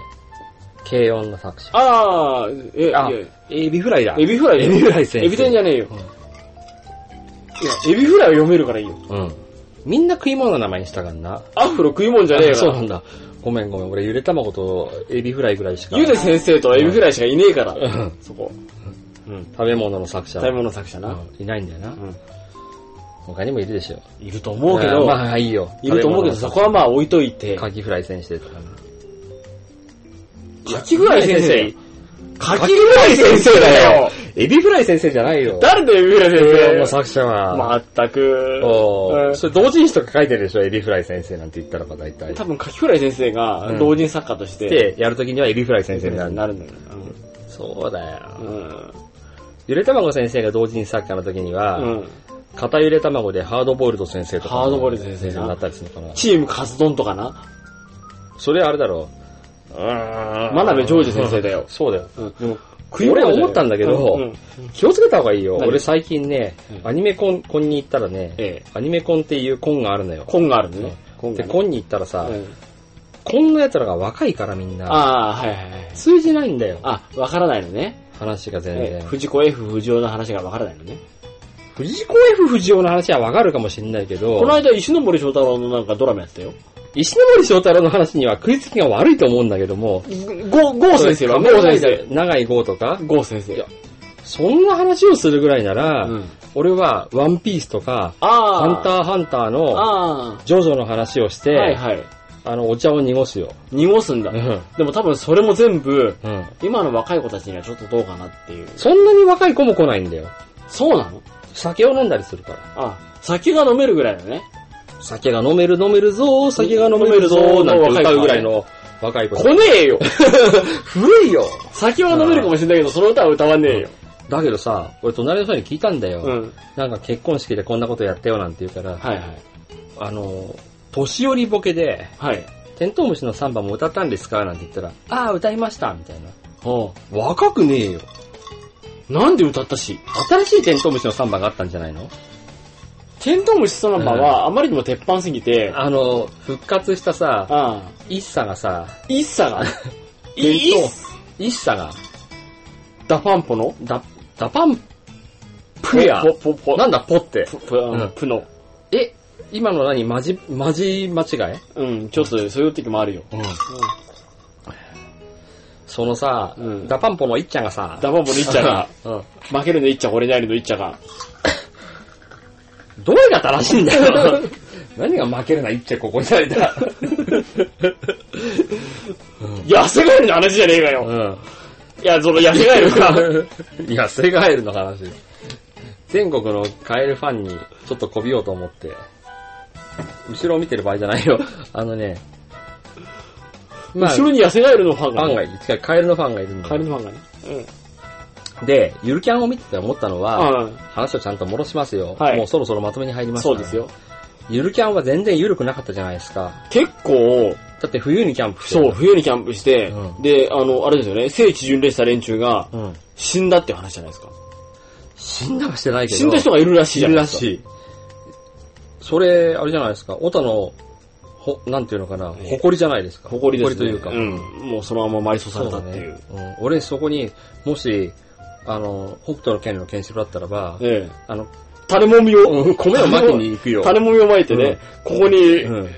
S1: 軽音の作者。
S2: あー、え、
S1: あ
S2: いや
S1: エビフライだ
S2: エビフライだよ
S1: エビフライ先生
S2: エビ天じゃねえよ。
S1: うん
S2: いや、エビフライは読めるからいいよ。
S1: うん。みんな食い物の名前にしたがんな。
S2: アフロ食いもんじゃねえ
S1: あ
S2: か
S1: そうな
S2: ら。
S1: んだ。ごめんごめん。俺、ゆで卵とエビフライぐらいしか。
S2: ゆで先生とエビフライしかいねえから
S1: う。ん
S2: そこ。うん。
S1: 食べ物の作者
S2: 食べ物作者な。
S1: うんいないんだよな。
S2: ん。
S1: 他にもいるでしょ。
S2: いると思うけど、
S1: んまあいいよ。
S2: いると思うけど、そこはまあ置いといて。
S1: カキフライ選手でとかな。
S2: カキフライ先生。カ
S1: カ
S2: キフライ先生だよ。
S1: エビフライ先生じゃないよ。
S2: 誰だよ、エビフラ
S1: えーも
S2: イ
S1: う
S2: 先
S1: 作者
S2: 生。
S1: は。
S2: まったく。
S1: おー
S2: うん
S1: それ同人誌とか書いてるでしょエビフライ先生なんて言ったらば大体。
S2: 多分、カキフライ先生が
S1: うん
S2: 同人作家として、
S1: で、やるときにはエビフライ先生になるんだ。
S2: なるんだよな。
S1: そうだ
S2: う
S1: よ。
S2: ん。うん
S1: ゆで卵先生が同人作家の時には、
S2: うん。
S1: 片ゆで卵でハードボイルド先生とか。
S2: ハードボイルド先生な
S1: になったりするのかな。
S2: チームカツ丼とかな。
S1: それあれだろう。うーん
S2: 真鍋ジョージ先生だよ
S1: そうだよ。
S2: うん。
S1: 食い物だよ俺思ったんだけど
S2: うんうん
S1: 気をつけた方がいいよ。
S2: 何
S1: 俺最近ね、
S2: うん
S1: アニメコン、コンに行ったらね、
S2: ええ。
S1: アニメコンっていうコンがあるのよ。
S2: コンがあるね。コン
S1: で、
S2: がね。
S1: コンに行ったらさ、
S2: うん
S1: こんな奴らが若いからみんな、
S2: ああ、はいはいはい。
S1: 通じないんだよ。
S2: あ、わからないのね。
S1: 話が全
S2: え
S1: 然。
S2: 藤子 F 不二雄の話がわからないのね。
S1: 藤子 F 不二雄の話はわかるかもしれないけど、
S2: この間、石ノ森章太郎のなんかドラマやったよ。
S1: 石森章太郎の話には食いつきが悪いと思うんだけども、
S2: ゴゴー先生は、ゴ
S1: 仮面
S2: ー
S1: ラ
S2: 先
S1: イダー
S2: 生。
S1: 長い号とか、
S2: ゴー先生。
S1: いやそんな話をするぐらいなら、
S2: うん
S1: 俺はワンピースとか、
S2: あ
S1: ハ
S2: あ。
S1: ンターハンターの
S2: あ
S1: ジョジョの話をして、
S2: あ。はいはい。
S1: あの、お茶を濁すよ。
S2: 濁すんだ
S1: う。ん。
S2: でも多分それも全部、
S1: うん。
S2: 今の若い子たちにはちょっとどうかなっていう。
S1: そんなに若い子も来ないんだよ。
S2: そうなの
S1: 酒を飲んだりするから。
S2: あ、酒が飲めるぐらいのね。
S1: 酒が飲める飲めるぞー、酒が飲めるぞー、なんて歌うぐらいの若い子。
S2: 来ねえよ
S1: 古いよ
S2: 酒は飲めるかもしれないけど、その歌は歌わねえよ。
S1: だけどさ、俺隣の人に聞いたんだよ。
S2: うん。
S1: なんか結婚式でこんなことやったよなんて言うから、
S2: はいはい。
S1: あの、年寄りボケで、
S2: はい。
S1: テントウムシのサンバも歌ったんですかなんて言ったら、ああ、歌いました、みたいな。
S2: ほ
S1: 若くねえよ。
S2: う。なんで歌ったし
S1: 新しいテントウムシのサンバがあったんじゃないの
S2: テントウムシソナンバはあまりにも鉄板すぎて、
S1: あの、復活したさ、
S2: ああ、
S1: イッサがさ、
S2: 一茶が、い
S1: 弁
S2: い
S1: 当イッサが、
S2: ダパンポの
S1: だ、ダパン、プや、
S2: ポポポ
S1: なんだポって。
S2: ププ
S1: うん
S2: プの。
S1: え、今の何マジ、マジ間違い
S2: うん、ちょっとそういう時もあるよ。
S1: うん。そのさ、
S2: うん
S1: ダパンポのいっちゃんがさ、
S2: ダパンポの一茶が、
S1: うん。
S2: 負けるの一茶、俺にありの一茶が。
S1: どれが正しいんだ よ何が負けるな、いっちゃんここにされた。
S2: 痩せ返るの話じゃねえかよ。
S1: う
S2: いや、その痩せ返るか。
S1: ん。 いや、セガエルの話。全国のカエルファンにちょっとこびようと思って、後ろを見てる場合じゃないよ。あのね、まあ、
S2: 後
S1: フ
S2: ろに痩せ返るのファンが。
S1: ァンがいる、違うカエルのファンがいるんだ
S2: 帰り
S1: よ。
S2: のファンがね。うん。
S1: で、ゆるキャンを見てて思ったのは、
S2: あ
S1: 話をちゃんと戻しますよ。
S2: はい
S1: もうそろそろまとめに入り
S2: あ、
S1: ます
S2: そ
S1: か
S2: う
S1: ら
S2: です。よ。
S1: ゆるキャンは全然ゆるくなかったじゃないですか。
S2: 結構、
S1: だって冬にキャンプして
S2: そう、
S1: る。
S2: 冬にキャンプして、
S1: うん
S2: で、あの、あれですよね、聖地巡礼した連中が
S1: うん。
S2: 死んだっていう話じゃないですか。
S1: 死んだはしてないけど。
S2: 死んだ人がいるらしいじゃ
S1: いる
S2: な
S1: ら
S2: いですか。
S1: しい。それ、あれじゃないですか。オタのほ、なんていうのかな、
S2: ええ
S1: 誇りじゃないですか。
S2: 誇りですね。
S1: 誇りというか。
S2: うん。もうそのまま埋葬さ
S1: そ
S2: れ
S1: う
S2: た
S1: だ
S2: ってい
S1: ね
S2: う。。
S1: うん、俺、そこに、もし、あの、北斗の剣の剣士だったらば、
S2: ええ。
S1: あの、
S2: 種もみを、
S1: うん米をまきに行くよ。
S2: 種もみをまいてね、ここに、
S1: う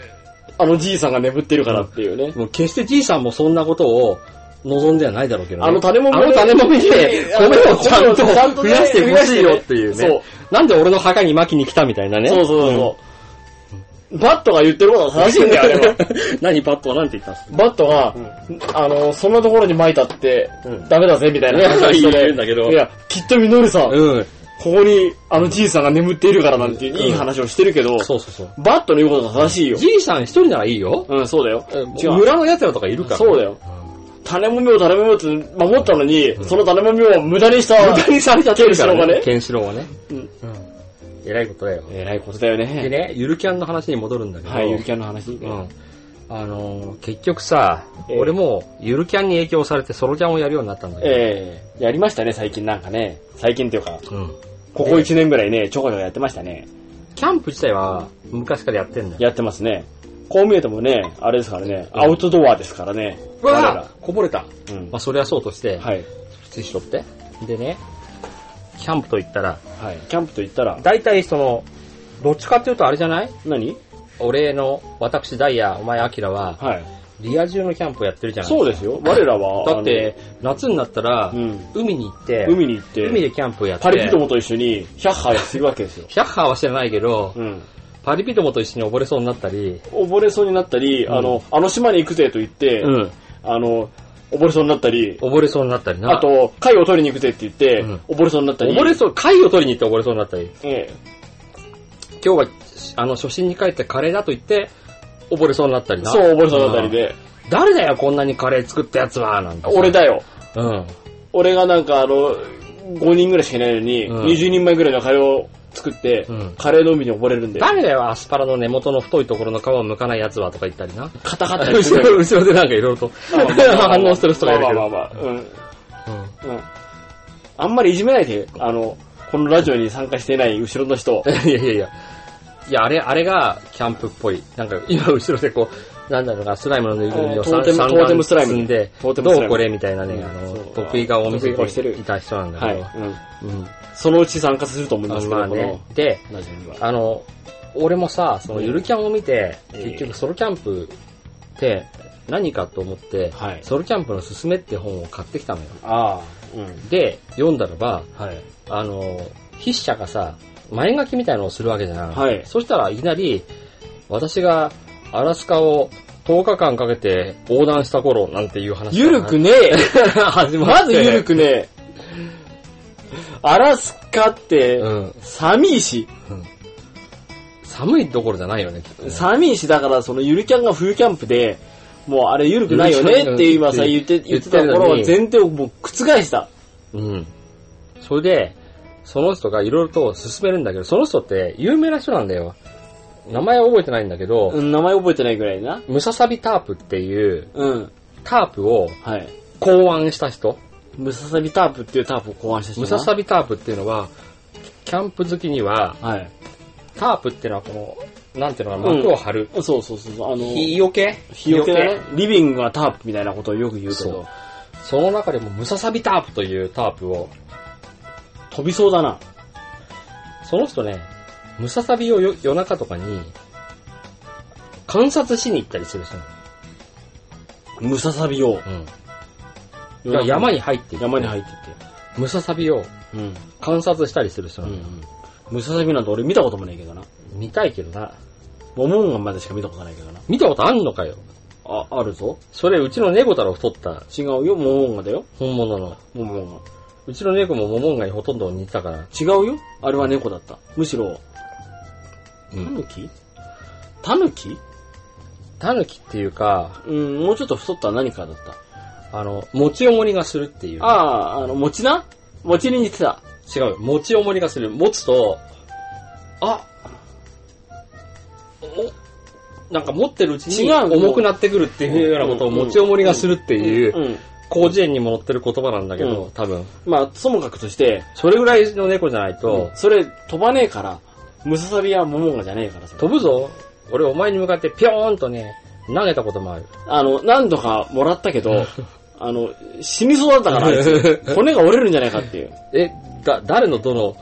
S2: あのじいさんが眠ってるからっていうね
S1: ん。。もう決してじいさんもそんなことを望んではないだろうけど、ね、
S2: あの種もみ
S1: あの種もみで
S2: あの
S1: 米をちゃんと
S2: 米をちゃん
S1: 増
S2: とね
S1: やしてほしいよっていうね。
S2: そう。
S1: なんで俺の墓に巻きに来たみたいなね。
S2: そうそうそう。バットが言ってることは正しいんだよ、あれ は。
S1: うん何パッとはなんて言ったんですか
S2: バットが、あの、そんなところに撒いたって、
S1: うん
S2: ダメだぜ、みたいな話をして。
S1: いや言うんだけど
S2: いや、きっとみのりさん、こ
S1: うん。
S2: こに、あのじいさんが眠っているからなんていう、
S1: うん
S2: いい話をしてるけど、
S1: そうそうそう。
S2: バットの言うことが正しいよ。
S1: じいさん一人ならいいよ。
S2: うん、そうだよ。違う。
S1: 村の奴らとかいるから。
S2: そうだよ。種もみを種もみをって守ったのに、その種もみを無駄にした、
S1: 無駄にされちゃってるから
S2: ケンシロウがね
S1: ケンシロウはね。
S2: うん
S1: えらいことだよ。
S2: えらいことだよ
S1: で
S2: ね。
S1: ね、ゆるキャンの話に戻るんだけど、
S2: はい、ゆるキャンの話。
S1: うん。あのー結局さ、
S2: ええ
S1: 俺もゆるキャンに影響されてソロキャンをやるようになったんだけど、
S2: ええやりましたね、最近なんかね。最近っていうか、
S1: うん。
S2: ここ1年ぐらいね、ちょこちょこやってましたね。
S1: キャンプ自体は昔からやってんだよ。
S2: やってますね。こう見えてもね、あれですからね、
S1: うん
S2: アウトドアですからね。
S1: うわ
S2: 我
S1: あこぼれた。
S2: らうん
S1: まあ、それはそうとして、
S2: はい。
S1: 靴しろって。でね、キャンプと言ったら、
S2: はい。キャンプと言ったら、
S1: 大体その、どっちかっていうとあれじゃない
S2: 何
S1: 俺の、私ダイヤ、お前アキラは、
S2: はい。
S1: リア充のキャンプをやってるじゃない
S2: そうですよ。我らは、
S1: だって、夏になったら、
S2: あの、うん。
S1: 海に行って、
S2: 海に行って、
S1: 海でキャンプやって、
S2: パリピどもと一緒に、ヒャッハーするわけですよ。
S1: 100ハーは知らないけど、
S2: うん。
S1: パリピどもと一緒に溺れそうになったり、
S2: 溺れそうになったり、あの、あの島に行くぜと言って、
S1: うん、
S2: あの、溺れそうになったり、
S1: 溺れそうになったりな。
S2: あ、と、貝を取りに行くぜって言って、
S1: うん
S2: 溺れそうになったり。
S1: 溺れそう、貝を取りに行って溺れそうになったり、
S2: え
S1: 今日は、あの、初心に帰ってカレーだと言って、溺れそうになったり
S2: え
S1: な。
S2: そう、溺れそうになったりで、
S1: 誰だよ、こんなにカレー作ったやつは、なんて。
S2: 俺。だよ。
S1: うん。
S2: 俺がなんかあの、5人ぐらいしかいないのに、
S1: うん
S2: 20人前ぐらいのカレーを作って、
S1: うん
S2: カレーの海に溺れるんで、
S1: 誰だよ、アスパラの根元の太いところの皮を剥かないやつは、とか言ったりな。
S2: カタカタ
S1: 後ろ、後ろでなんかいろいろと 反応してる人がいるけ
S2: まあ
S1: ど。
S2: まあまあまあ、うん。うん。あんまりいじめないで、あの、このラジオに参加していない後ろの人、
S1: いやいやいや。いや、あれ、あれがキャンプっぽい。なんか、今後ろでこう、なんだろうな、スライムのぬいぐるみを
S2: あトー
S1: 三
S2: テム
S1: 段
S2: トーテムスライム
S1: 積んで、ど
S2: トーテムスライム
S1: うこれみたいなね、あ
S2: うん
S1: の
S2: そう、
S1: 得意顔を見せ
S2: 得意顔して
S1: て
S2: る
S1: いた人なんだ
S2: は
S1: け
S2: い、
S1: ど。
S2: うん。
S1: うん。
S2: そのうち参加すると思いま
S1: あ
S2: す
S1: の
S2: けど、
S1: まあ
S2: こ
S1: ね
S2: の。
S1: で、
S2: ラジオには。
S1: あの、俺もさ、そのゆるキャンを見て、
S2: うん
S1: 結局ソロキャンプって何かと思って、
S2: はい。
S1: ソロキャンプのすすめって本を買ってきたのよ。
S2: ああ、うん。
S1: で、読んだらば、
S2: はい。
S1: あの、筆者がさ、前書きみたいのをするわけじゃん。
S2: はい
S1: そしたらいきなり、私がアラスカを10日間かけて横断した頃なんていう話
S2: ゆるくねえ
S1: が始ま
S2: ま
S1: って。
S2: ずゆるくね、アラスカって
S1: う、ん。
S2: 寒いし、
S1: 寒いどころじゃないよね、きっとね
S2: 寒いし、だからそのゆるキャンが冬キャンプで、もうあれゆるくないよねって今さ言って、言ってたところを前提をもう覆した。
S1: うん。それで、その人がいろいろと進めるんだけど、その人って有名な人なんだよ。名前は覚えてないんだけど、
S2: うん名前覚えてないぐらいな。
S1: ムササビタープっていう
S2: うん。
S1: タープを
S2: はい。
S1: 考案した人。
S2: ムササビタープっていうタープを考案した人
S1: ム
S2: な。
S1: ササビタープっていうのは、キャンプ好きには、
S2: はい。
S1: タープっていうのはこの、なんていうのかな、幕を張る。
S2: そうそうそうそう。あの、
S1: 日よけ
S2: 日よけだね。リビングはタープみたいなことをよく言うけ
S1: そう
S2: ど、
S1: その中でもムササビタープというタープを、
S2: 飛びそうだな。
S1: その人ね、ムササビをよ夜中とかに、観察しに行ったりする人な
S2: ムササビを。
S1: の。うん。だから山に入っていって
S2: 山に入ってって。
S1: ムササビを
S2: うん。
S1: 観察したりする人
S2: う
S1: なんん
S2: う
S1: だよ
S2: ん。ムササビなんて俺見たこともないけどな。
S1: 見たいけどな。
S2: モモンガンまでしか見たことないけどな。
S1: 見たことあんのかよ。
S2: あ、あるぞ。
S1: それ、うちの猫太郎太った
S2: 違うよ、モモンガだよ。
S1: 本物の。
S2: モモンガ。
S1: うちの猫もモモンガにほとんど似てたから。
S2: 違うよ。あれは猫だった。むしろ、
S1: う
S2: タ
S1: ん。
S2: ヌキタヌキ
S1: タヌキっていうか、
S2: うん、もうちょっと太った何かだっ
S1: あの、持ち重りがするっていう。
S2: た。ああー、あの、餅な餅に似てた。
S1: 違うよ。持ち重りがする。持つと、あおなんか持ってるうちに
S2: 違う
S1: 重くなってくるっていうようなことを
S2: うんうん
S1: 持ち重りがするっていうう、
S2: ん。
S1: 広辞苑にも載ってる言葉なんだけ
S2: う
S1: ど
S2: ん、
S1: 多分。
S2: まあ、ともかくとして、
S1: それぐらいの猫じゃないと、
S2: それ飛ばねえから、ムササビやモモンガじゃねえからさ。
S1: 飛ぶぞ。俺お前に向かってピョーンとね、投げたこと もある。
S2: あの、何度かもらった けど、あの、死にそうだったから、あいつ骨が折れるんじゃないかっていう。
S1: え、だ、誰のどの、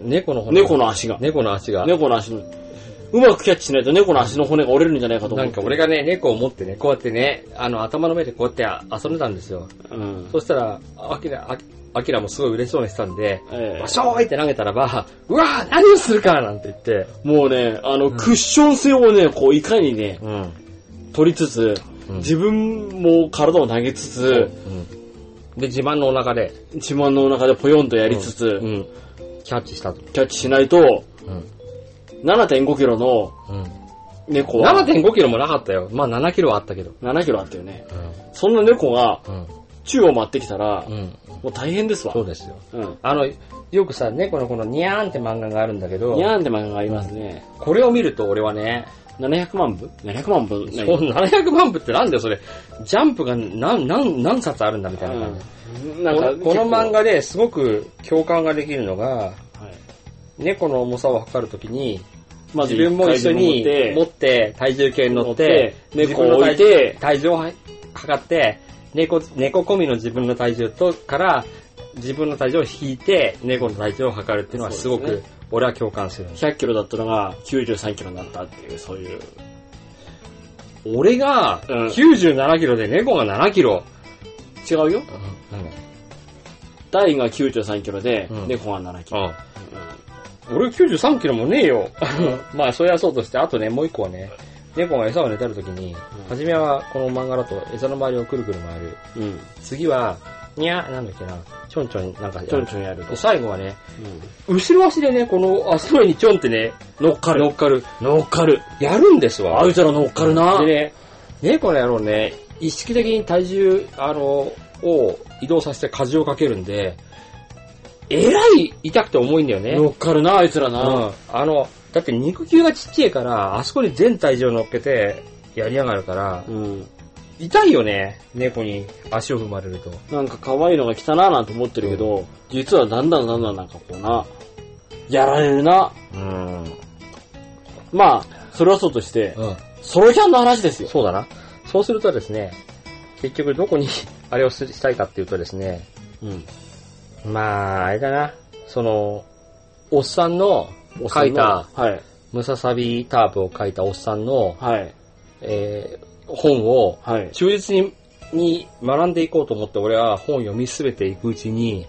S1: 猫の骨
S2: 猫の足が。
S1: 猫の足が。
S2: 猫の足の。うまくキャッチしないと猫の足の骨が折れるんじゃないかと思
S1: な
S2: って。
S1: んか俺がね、猫を持ってね、こうやってね、あの、頭の上でこうやって遊んでたんですよ。
S2: うん。
S1: そしたら、アキラ、アアキラもすごい嬉しそうにしてたんで、
S2: え
S1: バショーイって投げたらば、うわー何をするかなんて言って、
S2: えもうね、あの、クッション性をね、こう、いかにね、
S1: うん。
S2: 取りつつ、
S1: うん
S2: 自分も体を投げつつ、
S1: で、自慢のお腹で、
S2: 自慢のお腹でぽよんとやりつつ、
S1: うん。キャッチしたと。
S2: キャッチしないと、
S1: うん。
S2: 7.5キロの猫は、
S1: 7.5キロもなかったよ。まあ7キロはあったけど。
S2: 7キロあったよね。そんな猫が、
S1: うん。
S2: 宙を舞ってきたら、
S1: うん。
S2: もう大変ですわ
S1: そ。うですよ。
S2: うん。
S1: あの、よくさ、猫のこのニャーンって漫画があるんだけど
S2: に、ゃーんって漫画がありますね。
S1: これを見ると俺はね、
S2: 700万部 ?700 万部
S1: そ
S2: な
S1: う700万部ってなんだよ、それ。ジャンプが何、何、何冊あるんだみたいな感じ。
S2: うん。なんか、
S1: このこの漫
S2: 画、
S1: 画ですごく共感ができるのが、
S2: はい
S1: 猫の重さを測るときに、
S2: まず
S1: 自分も一緒に持
S2: 持っ
S1: って、体重計に乗って、
S2: て、
S1: 猫
S2: 猫
S1: を
S2: を
S1: 置
S2: 置
S1: い
S2: い
S1: て、
S2: て、
S1: 体重をは測って、猫、猫込みの自分の体重と、から、自分の体重を引いて、猫の体重を測るっていうのはすご
S2: そう
S1: く
S2: で、
S1: 俺は共感してるんです。
S2: 100キロだったのが93キロになったっていう、そういう。
S1: 俺が、
S2: うん
S1: 97キロで猫が7キロ。
S2: 違うよ。
S1: なんだ
S2: ダイが93キロで
S1: う、ん
S2: 猫が7キロ。
S1: あ俺93キロもねえよ。 まあ、それはそうとして、あとね、もう一個はね、猫が餌をねたるときに、初めはこの漫画だと餌の周りをくるくる回る。
S2: うん。うん。
S1: 次は、にゃ、なんだっけな、ちょんちょん、なんか、
S2: ちょんちょんやると
S1: で。最後はね、後ろ足でね、この足の上にちょんってね、
S2: 乗っかる。
S1: 乗っかる。
S2: 乗っかる。
S1: やるんですわ。
S2: あいつら乗っかるな
S1: で。ね、猫の野郎ね、意識的に体重、あの、を移動させて荷をかけるんで、えらい痛くて重いんだよね。
S2: 乗っかるな、あいつら
S1: う
S2: な。
S1: ん。あの、だって肉球がちっちゃいから、あそこに全体重乗っけて、やりやがるから、
S2: うん。
S1: 痛いよね、猫に足を踏まれると。
S2: なんか可愛いのが来たななんて思ってるけど、実はだんだんだんだんなんかこうな、やられるな。
S1: うん。
S2: まあ、それはそうとして、
S1: うん。
S2: ソロキャンの話ですよ。
S1: そうだな。そうするとですね、結局どこに あれをすしたいかっていうとですね、
S2: うん。
S1: まあ、あれだな、その、おっさんの書いた、
S2: はい。
S1: ムササビタープを書いたおっさんの、
S2: はい。
S1: えー本を
S2: はい。
S1: 忠実にに学んでいこうと思って俺は本を読み進めていくうちに、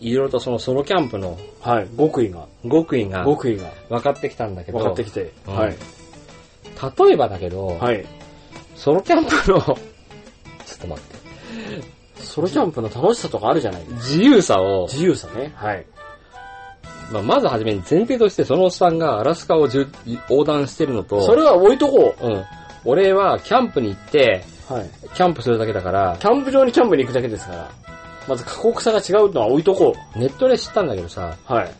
S1: いろいろとそのソロキャンプの
S2: はい。極意が。
S1: 極意が
S2: 極意が。
S1: 分かってきたんだけど、
S2: 分かってきて。
S1: うん
S2: はい。
S1: 例えばだけど、
S2: はい。
S1: ソロキャンプの 、ちょっと待って、
S2: ソロキャンプの楽しさとかあるじゃない
S1: 自由さを、
S2: 自由さね。はい。
S1: まあ、まずはじめに前提としてそのおっさんがアラスカをじゅ横断してるのと、
S2: それは置いとこ
S1: うん。俺はキャンプに行って、
S2: う。はい。
S1: キャンプするだけだから、
S2: キャンプ場にキャンプに行くだけですから。まず過酷さが違うのは置いとこ
S1: ネットで知ったんだけどさ、
S2: う。はい。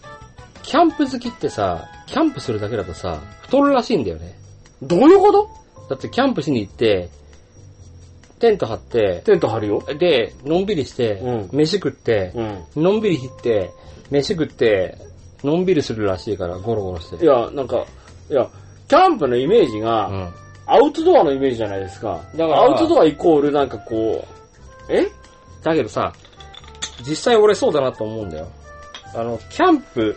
S1: キャンプ好きってさ、キャンプするだけだとさ、太るらしいんだよね。
S2: どういうこと
S1: だってキャンプしに行って、テント張って、
S2: テント張るよ。
S1: で、のんびりして、
S2: うん
S1: 飯食って、
S2: うん。
S1: のんびり行って、飯食って、のんびりするらしいから、ゴロゴロし
S2: い
S1: て。
S2: や、なんか、いや、キャンプのイメージ
S1: う
S2: が、
S1: ん。
S2: アウトドアのイメージじゃないですか。
S1: だから
S2: アウトドアイコールなんかこう、え
S1: だけどさ、実際俺そうだなと思うんだよ。あの、キャンプ、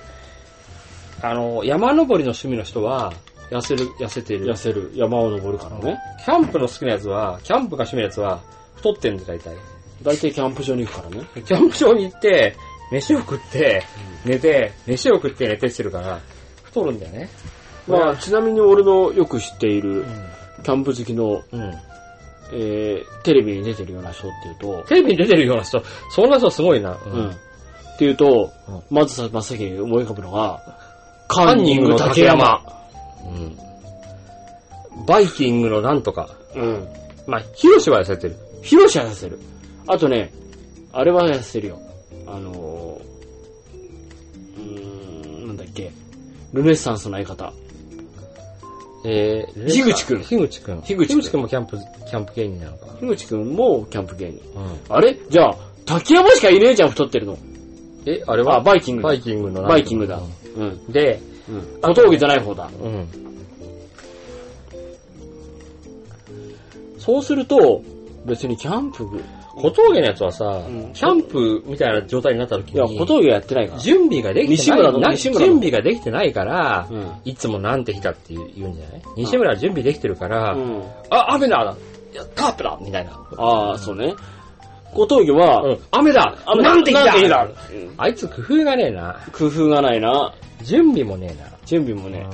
S1: あの、山登りの趣味の人は、痩せる、痩せている。
S2: 痩せる。山を登るからね。
S1: キャンプの好きなやつは、キャンプが趣味なやつは、太ってんだよ、大体。
S2: 大体キャンプ場に行くからね。
S1: キャンプ場に行って、飯を食って、寝て、飯を食って寝てしてるから、太るんだよね。
S2: まあ、ちなみに俺のよく知っている、
S1: う
S2: キャンプ好きの、
S1: ん。うん。
S2: えー、テレビに出てるような人っていうと、
S1: テレビに出てるような人、そんな人すごいな。う
S2: うん。っていうと
S1: うん、
S2: まずさ、真っ先に思い浮かぶのが、
S1: カ
S2: カ
S1: ンニ
S2: ンニ
S1: ン
S2: ン
S1: グ
S2: グ
S1: の
S2: 竹
S1: 竹
S2: 山。
S1: 山。うん。バイキングのなんとか。
S2: うん。
S1: まあ、ヒロシは痩せてる。
S2: 広しは痩せる。あとね、あれは痩せるよ。あのー、うーん、なんだっけ。ルネッサンスの相方。
S1: えー、
S2: 樋口くん
S1: 樋口くん。
S2: 樋口く
S1: 樋
S2: ん
S1: 口くんもキャンプ、キャンプ芸人なのか。
S2: 樋口くんもキャンプ芸人。
S1: うん。
S2: あれじゃあ、竹山しかいねえじゃん、太ってるの。
S1: え、あれは
S2: あ、バイキング
S1: バ
S2: だ
S1: イ。キングのなんとか
S2: バイキングだ。
S1: う
S2: うん。
S1: んで、
S2: う
S1: うん。
S2: 小峠じゃない方だ。
S1: うん。
S2: そうすると、別にキャンプ、
S1: 小峠のやつはさ、
S2: うん
S1: キャンプみたいな状態になった時
S2: いや、
S1: に、
S2: 小峠はやってないから。
S1: 準備ができて
S2: 西
S1: ない
S2: 村の
S1: な
S2: 西
S1: 準
S2: 村の
S1: 備ができてないから、
S2: うん。
S1: いつもなんて日だって言う言うんじゃない西村は準備できてるから、
S2: うん。
S1: あ、雨だやったープだみたいな。
S2: ああ、そうね。小峠は、
S1: うん、雨だ
S2: 雨
S1: な
S2: だ
S1: んて日
S2: なんて
S1: だ
S2: 日だ
S1: あいつ工夫がねえな。
S2: 工夫がないな。
S1: 準備もね
S2: 準備も
S1: え
S2: ね
S1: な。、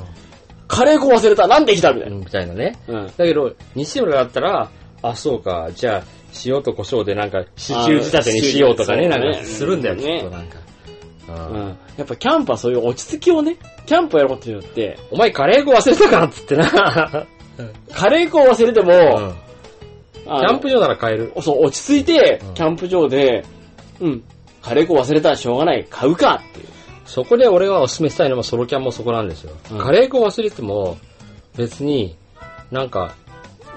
S2: カレー粉忘れたなんで来たみたい
S1: うん
S2: な。
S1: みたいなね。
S2: うん。
S1: だけど、西村だったら、あ、そうか、じゃあ、塩と胡椒でなんか、シチュー仕立てにしようとかね、
S2: あ
S1: な
S2: ー
S1: ん
S2: そ
S1: か
S2: う
S1: するんだよ、き
S2: ね
S1: っとなんか。う
S2: う
S1: ん
S2: ん。やっぱキャンプはそういう落ち着きをね、キャンプをやることによって、
S1: お前カレー粉忘れたかっつって な。
S2: カレー粉を忘れても、
S1: うん
S2: あ
S1: キ
S2: の
S1: ャンプ場なら買える。
S2: そう、落ち着いて
S1: うん、
S2: キャンプ場で、うん、カレー粉忘れたらしょうがない、買うかっていう。
S1: そこで俺がおすすめしたいのもソロキャンもそこなんですよ。
S2: うん
S1: カレー粉忘れても、別に、なんか、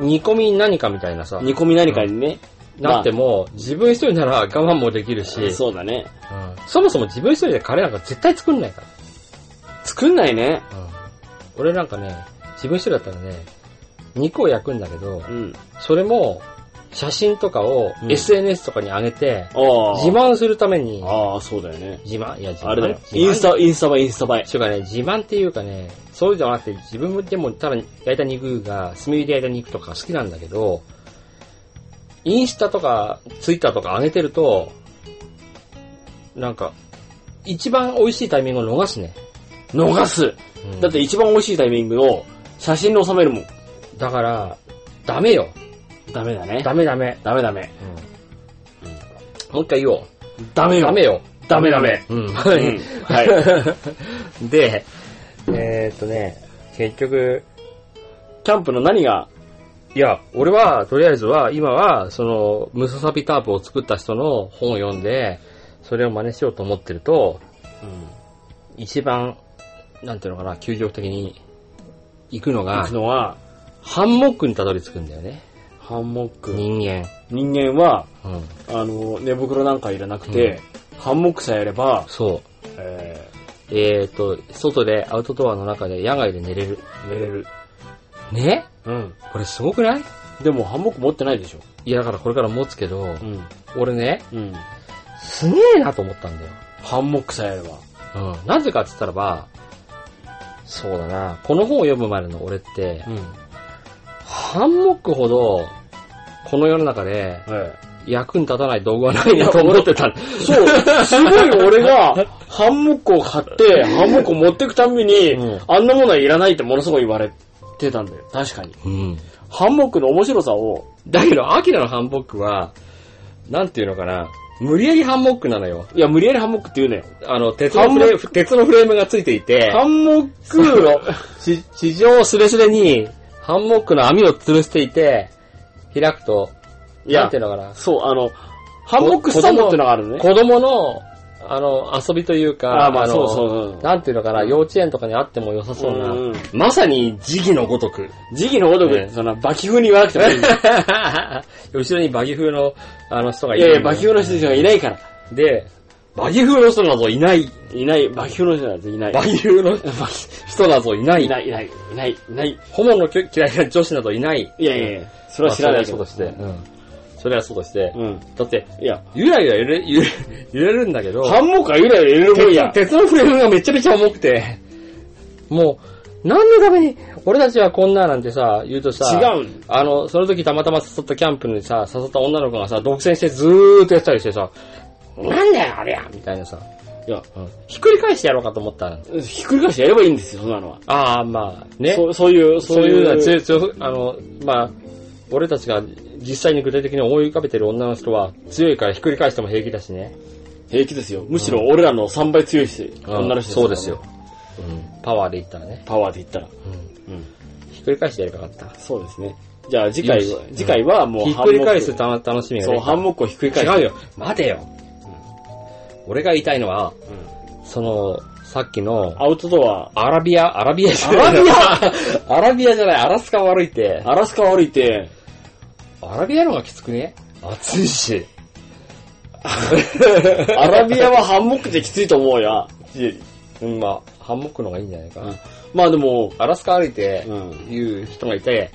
S1: 煮込み何かみたいなさ、
S2: 煮込み何かにね、
S1: なっても、自分一人なら我慢もできるし、
S2: そうだね。
S1: うんそもそも自分一人でカレーなんか絶対作んないから。
S2: 作んないね。
S1: 俺なんかね、自分一人だったらね、肉を焼くんだけど
S2: う、ん。
S1: それも、写真とかを
S2: うん
S1: SNS とかに上げて、
S2: ああ。
S1: 自慢するために、
S2: ああ、そうだよね。
S1: 自慢いや、自慢
S2: あれだよ。
S1: 自慢
S2: インスタ、インスタ映え、インスタ映え。
S1: ちゅうかね、自慢っていうかね、そうじゃなくて、自分でもただ焼いた肉が、炭火で焼いた肉とか好きなんだけど、インスタとか、ツイッターとか上げてると、なんか、一番美味しいタイミングを逃すね。
S2: 逃す。
S1: うん
S2: だって、一番美味しいタイミングを写真に収めるもん。
S1: だから、ダメよ。
S2: ダメだね。
S1: ダメダメ。
S2: ダメダメ。
S1: もう一回言おう。
S2: ダメよ。
S1: ダメよ。
S2: ダメダメ。
S1: うん。
S2: うん。は い。
S1: で、えーっとね、結局、
S2: キャンプの何が、
S1: いや、俺は、とりあえずは、今は、その、ムササビタープを作った人の本を読んで、それを真似しようと思ってると、一番、なんていうのかな、究極的に行くの
S2: 行
S1: が
S2: く、のは、
S1: ハンモックにたどり着くんだよね。
S2: ハンモック。
S1: 人間。
S2: 人間は、
S1: うん。
S2: あの、寝袋なんかいらなくて、ハンモックさえやれば、
S1: そう。
S2: え
S1: えーっと、外で、アウトドアの中で、野外で寝れる。
S2: ー、寝れる。
S1: ね
S2: うん。
S1: これすごくない
S2: でもハンモック持ってないでしょ。
S1: いや、だからこれから持つけど、
S2: ん。
S1: 俺ね、
S2: うん。
S1: すげえなと思ったんだよ。
S2: ハンモックさえやれば。
S1: うん。なぜかって言ったらば、そうだな、この本を読むまでの俺って、
S2: ん。
S1: ハンモックほど、この世の中で
S2: え
S1: 役に立たない道具はないなと思ってた。
S2: え。そう、すごい俺が、ハンモックを買って、ハンモックを持ってくたんびに、
S1: うん
S2: あんなものはいらないってものすごい言われてたんだよ。確かに。
S1: うん。
S2: ハンモックの面白さを、
S1: だけど、アキラのハンモックは、なんていうのかな、無理やりハンモックなのよ。
S2: いや、無理やりハンモックって言うなよ。
S1: あの、鉄のフレーム、鉄のフレームがついていて、
S2: ハンモッ クの、
S1: 地地上すれすれに、ハンモックの網を吊るしていて、開くと、
S2: いや
S1: なんていうのかな、
S2: そう、あの、ハンモックスタンドってのがあるのね。
S1: 子供の、あの、遊びというか、
S2: ああ、まあ、
S1: の
S2: そうそうそう。
S1: なんていうのかな、幼稚園とかにあっても良さそうな、
S2: うん
S1: まさに時期のごとく。
S2: 時期のごと
S1: ね
S2: く、そんな、バキ風に言わなくても いいんだ よ。
S1: 後ろにバギ風の、あの人がい
S2: い
S1: る。
S2: やいや、バキ風の人がいないから。
S1: で、バギ風の人などいない。
S2: いない、バキ風の人なんていない。
S1: バギ風の人などいないい。
S2: ない、いない、いない、いない。
S1: ホモのきょ嫌いな女子などいない。
S2: いやいやいや、それは知らないけど。
S1: まあそれはそうとして。うん。それはそうとして。
S2: うん。
S1: だって、
S2: いや、
S1: ゆらゆら揺れ、 揺れ、揺れるんだけど、
S2: ハンモックはゆらゆら揺れるもんや。
S1: 鉄のフレームがめちゃめちゃ重くて、もう、何のために、俺たちはこんななんてさ、言うとさ、
S2: 違うん
S1: あの、その時たまたま誘ったキャンプにさ、誘った女の子がさ、独占してずーっとやってたりしてさ、なんだよあれやみたいなさ、
S2: いや、
S1: ひっくり返してやろうかと思ったの
S2: ひっくり返してやればいいんですよ、そんなのは。
S1: ああ、まあ、ね。
S2: そうそういう、
S1: そういうのは強い強い、あの、まあ、俺たちが実際に具体的に思い浮かべてる女の人は強いからひっくり返しても平気だしね。
S2: 平気ですよ。むしろ俺らの3倍強いし、女の人
S1: そうですよ。。うんパワーで言ったらね。
S2: パワーで言ったら。
S1: うん
S2: うん
S1: ひっくり返してやりたかった。
S2: そうですね。じゃあ次回
S1: よ
S2: は
S1: し、
S2: 次回はもう
S1: ひっ
S2: ハンモ
S1: く
S2: ック、
S1: り返すた楽しみが
S2: そう、
S1: ね
S2: ハンモックをひっくり返す。
S1: 違うよ。待てよ。俺が言いたいのは、その、さっきの、
S2: アウトドア、
S1: アラビア、アラビアじゃない。 アラビアじゃない、アラスカ悪いって。
S2: アラスカを歩いて、
S1: アラビアの方がきつくね暑いし。
S2: アラビアはハンモックできついと思うや。
S1: うん、まあ、ハンモックの方がいいんじゃないかな。
S2: うんまあでも、
S1: アラスカ歩いて
S2: う、ん。
S1: いう人がいて、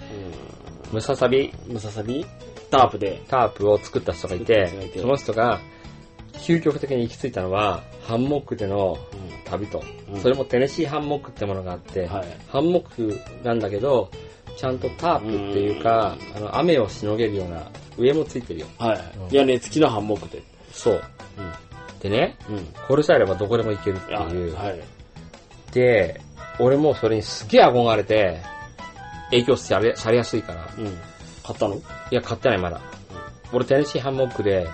S1: ムササビ
S2: ムササビタープで。
S1: タープを作った人がい
S2: 作った人がい
S1: て、
S2: て
S1: その人が、究極的に行き着いたのは、ハンモックでの旅と。
S2: うん
S1: それもテネシーハンモックってものがあって、
S2: はい。
S1: ハンモックなんだけど、ちゃんとタープっていうか、あの、雨をしのげるような、上もついてるよ。
S2: は
S1: うん
S2: い。屋根付きのハンモックで。
S1: そう。でね、
S2: うん。うん。
S1: これさえあればどこでも行けるって
S2: あ
S1: いう。
S2: はい。
S1: で、俺もそれにすげえ憧れて、影響されされやすいから。
S2: うん。買ったの
S1: いや、買ってないまだ。俺、テネシーハンモックで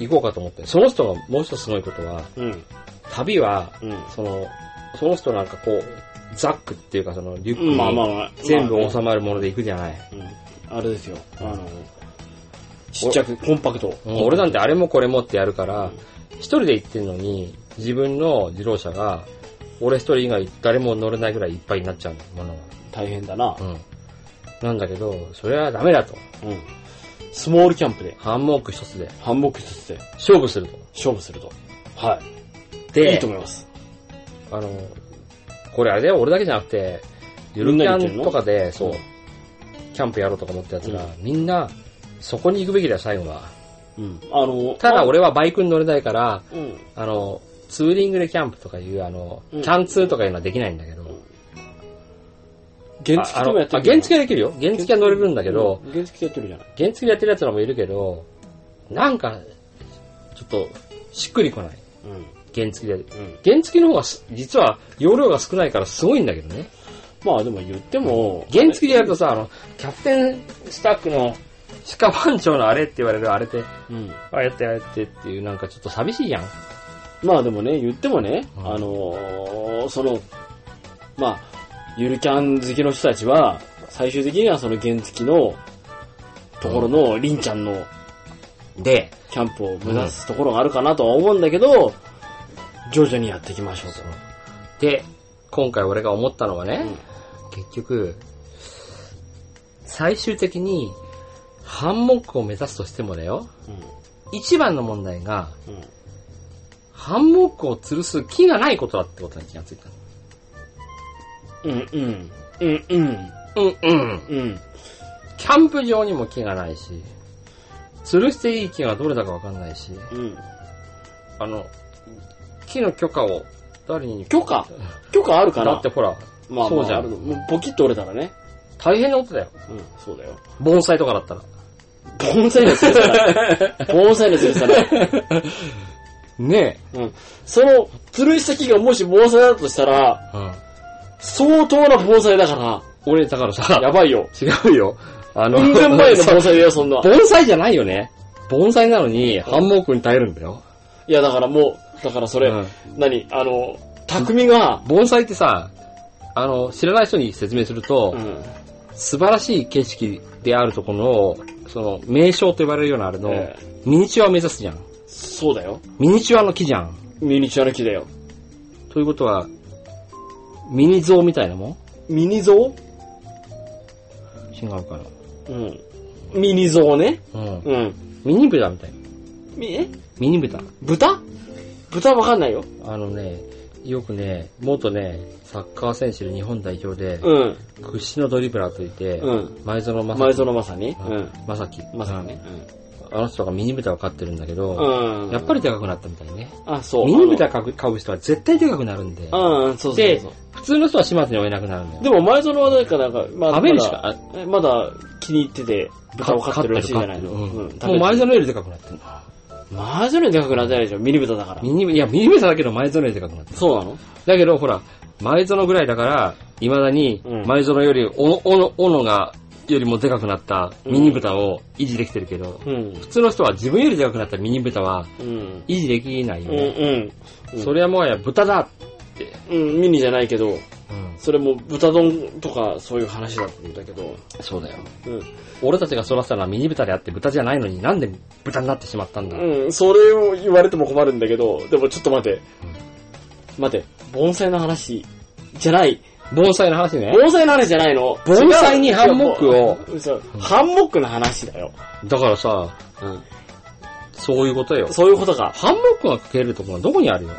S1: 行こうかと思って。その人がもう一つすごいことは、
S2: うん。
S1: 旅は、
S2: うん。
S1: その、その人なんかこう、ザックっていうかそのリュック
S2: まあまあ
S1: に
S2: まあ。
S1: 全部
S2: まあ
S1: 収まるもので行くじゃない。
S2: うんあれですよ。あの、ちっちゃく、コンパクト。
S1: もう俺なん
S2: て
S1: てあれもこれもってやるから
S2: うん、
S1: 一人で行ってんのに、自分の自動車が、俺一人以外誰も乗れないぐらいいっぱいになっちゃうもの
S2: 大変だな。
S1: うん。なんだけど、それはダメだと。
S2: うん。スモールキャンプで、
S1: ハンモック一つで
S2: ハンモック一つで
S1: 勝負すると。
S2: 勝負すると。はい。
S1: で、
S2: いいと思います。、
S1: あの、これあれだよ、俺だけじゃなくて、ゆるキャンとかで、そううんキャンプやろうとか思ったやつが、
S2: う
S1: みんな、そこに行くべきだよ、最後は。
S2: うん。あの、
S1: ただ、俺はバイクに乗れないから、
S2: うん。
S1: あの、ツーリングでキャンプとかいう、あの、
S2: うん
S1: キャンツーとかいうのはできないんだけど、
S2: 原
S1: あ
S2: 付
S1: あ
S2: で
S1: の
S2: もやって
S1: あ
S2: る。
S1: 原付はできるよ。原付は乗れるんだけど、
S2: うん、原付でやってるじゃない。
S1: 原付でやってるやつらもいるけど、なんか、ちょっと、しっくりこない。
S2: うん。
S1: 原付で。
S2: うん。
S1: 原付の方がす、実は容量が少ないからすごいんだけどね。
S2: まあでも言っても、
S1: 原付でやるとさ、あの、キャプテンスタックの鹿番長のあれって言われるあれって、
S2: うん。
S1: あやってあやってっていうなんかちょっと寂しいやん。
S2: まあでもね、言ってもね、
S1: うん
S2: あのーその、まあ、ゆるキャン好きの人たちは、最終的にはその原付のところの、りんちゃんの
S1: で、
S2: キャンプを目指すところがあるかなとは思うんだけど、徐々にやっていきましょうと。
S1: で、今回俺が思ったのは
S2: う
S1: ね、
S2: ん
S1: 結局、最終的にハンモックを目指すとしてもだよ、一番の問題が、
S2: うんうん
S1: ハンモックを吊るす木がないことだってことに気がついた。
S2: うんうん。うんう
S1: う
S2: ん。
S1: んうん。
S2: うん。
S1: キャンプ場にも木がないし、吊るしていい木がどれだかわかんないし、
S2: うん。
S1: あの、木の許可を誰に
S2: 許可許可あるか
S1: だ
S2: な
S1: ってほら、
S2: まあま
S1: そうじゃ
S2: あ、
S1: ん
S2: あるもうポキッと折れたらね。
S1: 大変なことだよ。
S2: うん、そうだよ。
S1: 盆栽とかだったら。
S2: 盆栽のやつです から。盆栽のやつですから。
S1: ね
S2: うん。その、吊るした木がもし盆栽だとしたら、
S1: え。うん。
S2: 相当な盆栽だか
S1: 俺、だから
S2: ら、
S1: さ、
S2: やばいよ。
S1: 違うよ。あの、
S2: 運年前の盆栽だよ、そん な。
S1: 盆栽じゃないよね。盆栽なのに、ハンモックに耐えるんだよ。
S2: いや、だからもう、だからそれ、
S1: うん
S2: 何あの、匠が、
S1: 盆栽ってさ、あの、知らない人に説明すると、
S2: うん。
S1: 素晴らしい景色であるところの、その、名称と呼ばれるようなあれの、
S2: え
S1: ミニチュアを目指すじゃん。
S2: そうだよ。
S1: ミニチュアの木じゃん。
S2: ミニチュアの木だよ。
S1: ということは、ミニ像みたいなもん
S2: ミニ像
S1: 違うか
S2: うん。ミニ像ね。
S1: な。うん。
S2: うん。
S1: ミニ豚みたいな。
S2: み、え
S1: ミニ豚。
S2: 豚豚わかんないよ。
S1: あのね、よくね、元ね、サッカー選手で日本代表で、
S2: うん。
S1: 屈指のドリブラーといて、
S2: うん。
S1: 前園正樹。
S2: 前園まさに。
S1: う
S2: うん。
S1: 正樹。
S2: まさにね。
S1: うん。あの人がミニ豚を飼ってるんだけど、
S2: うん。
S1: やっぱり、でかくなったみたいね。
S2: あ、そう。
S1: ミニ豚飼う飼う人は絶対でかくなるんで
S2: あ、のうん、そうそうそう。
S1: 普通の人は始末に追えなくなるんだよ。
S2: でも前園はなんか、なんか、まあ、
S1: 食べるしか、
S2: えまだ気に入ってて、豚を飼ってるらしいじゃな
S1: 飼っ
S2: いの。
S1: てる飼
S2: う
S1: っ
S2: ん
S1: てる
S2: 食
S1: うんもう
S2: べ
S1: 前園よりでかくなってるんだ。
S2: 前園にでかくなってないでしょ、ミニ豚だから
S1: ミ。ニ、いや、ミニ豚だけど前園よりでかくなってる。
S2: そうなの
S1: だけど、ほら、前園ぐらいだから、未だに
S2: うん、
S1: 前園より、お、おの、おのが、よりもでかくなったミニ豚を維持できてるけど、
S2: うん
S1: 普。通の人は自分よりでかくなったミニ豚は
S2: うん。
S1: 維持できないよ
S2: うん、
S1: ね。
S2: うん。
S1: それはもはや豚だって。
S2: うん、ミニじゃないけ
S1: う
S2: ど、
S1: ん。
S2: それも豚丼とかそういう話だったんだけど、
S1: そうだよ。
S2: うん。
S1: 俺たちが育てたのはミニ豚であって豚じゃないのになんで豚になってしまったんだ。
S2: うん、それを言われても困るんだけど、でもちょっと待って。待って、盆栽の話じゃない。
S1: 盆栽の話ね。
S2: 盆栽の話じゃないの。
S1: 盆栽にハンモックを
S2: 違う。そうハンモックの話だよ。
S1: だからさ、そういうことよ。
S2: そういうことか。
S1: ハンモックがかけるところはどこにあるよ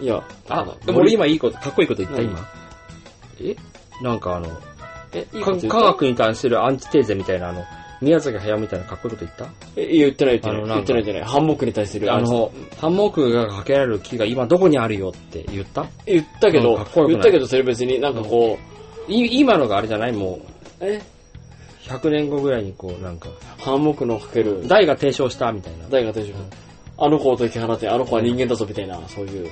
S2: いや、
S1: あ
S2: の、
S1: でも俺今いいこと、かっこいいこと言った
S2: 何
S1: 今。えなんかあの、
S2: え、いい
S1: か
S2: こと言った
S1: 科学に対するアンチテーゼみたいなあの、宮崎駿みたいなかっこいいこと言った
S2: え、いや言ってない言ってな
S1: あ
S2: い。
S1: のなん
S2: 言
S1: か
S2: ってない言ってない。ハンモックに対する。
S1: あ
S2: あの、
S1: の、ハンモックがかけられる木が今どこにあるよって言った
S2: 言ったけ
S1: うん
S2: ど
S1: かっこよ、くない
S2: 言ったけどそれ別になんかこ
S1: い今のがあれじゃないも
S2: う、え、
S1: う、100年後ぐらいにこう、なんか、
S2: ハンモックのかける、
S1: 大が提唱したみたいな、
S2: 大学大丈夫。あの子を解き放て、あの子は人間だぞみたいな、そういう、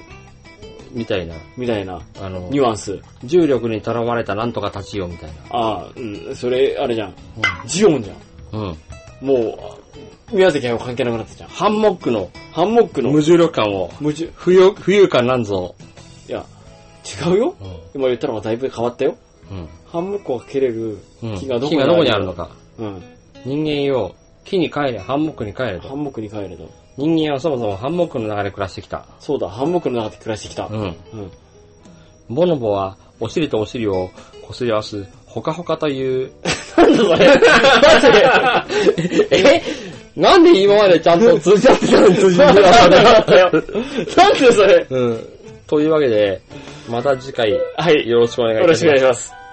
S1: みたいな、
S2: みたいな、
S1: あの
S2: ニ、ュアンス。
S1: 重力にとらわれたなんとかたちよみたい
S2: ああ、うん、それ、あれじゃん。ジオンじゃ
S1: な。うん。
S2: ん。もうあ、宮崎駿関係なくなったじゃん。
S1: ハンモックの
S2: ハンモックの
S1: 無重力感を、
S2: 無重、い
S1: 浮遊浮遊感なんぞ。
S2: や、違うよ。
S1: うん。
S2: 今言ったのがだいぶ変わったよ。
S1: うん。
S2: ハンモックをかけれる
S1: うん
S2: 木がどこ
S1: 木
S2: に
S1: がどこにあ
S2: あ
S1: る
S2: る
S1: の
S2: のか。
S1: か。
S2: うん。
S1: 人間よ、木に帰れ、ハンモックに帰れ
S2: ハ
S1: と。
S2: ンモックに帰ると。
S1: 人間はそもそもハンモックの中で暮らしてきた。
S2: そうだ、ハンモックの中で暮らしてきた。
S1: うん。
S2: うん。
S1: ボノボは、お尻とお尻を擦り合わす、ほかほかという。
S2: なんだそれマジで
S1: えなんで今までちゃんと 通じ合ってたのに通じ合っ
S2: なん
S1: て
S2: で
S1: たの
S2: それ
S1: うん。というわけで、また次回、
S2: はい、
S1: よろしくお願いい
S2: よろ
S1: た
S2: し
S1: し
S2: くお
S1: ま
S2: 願い
S1: す
S2: し。ます。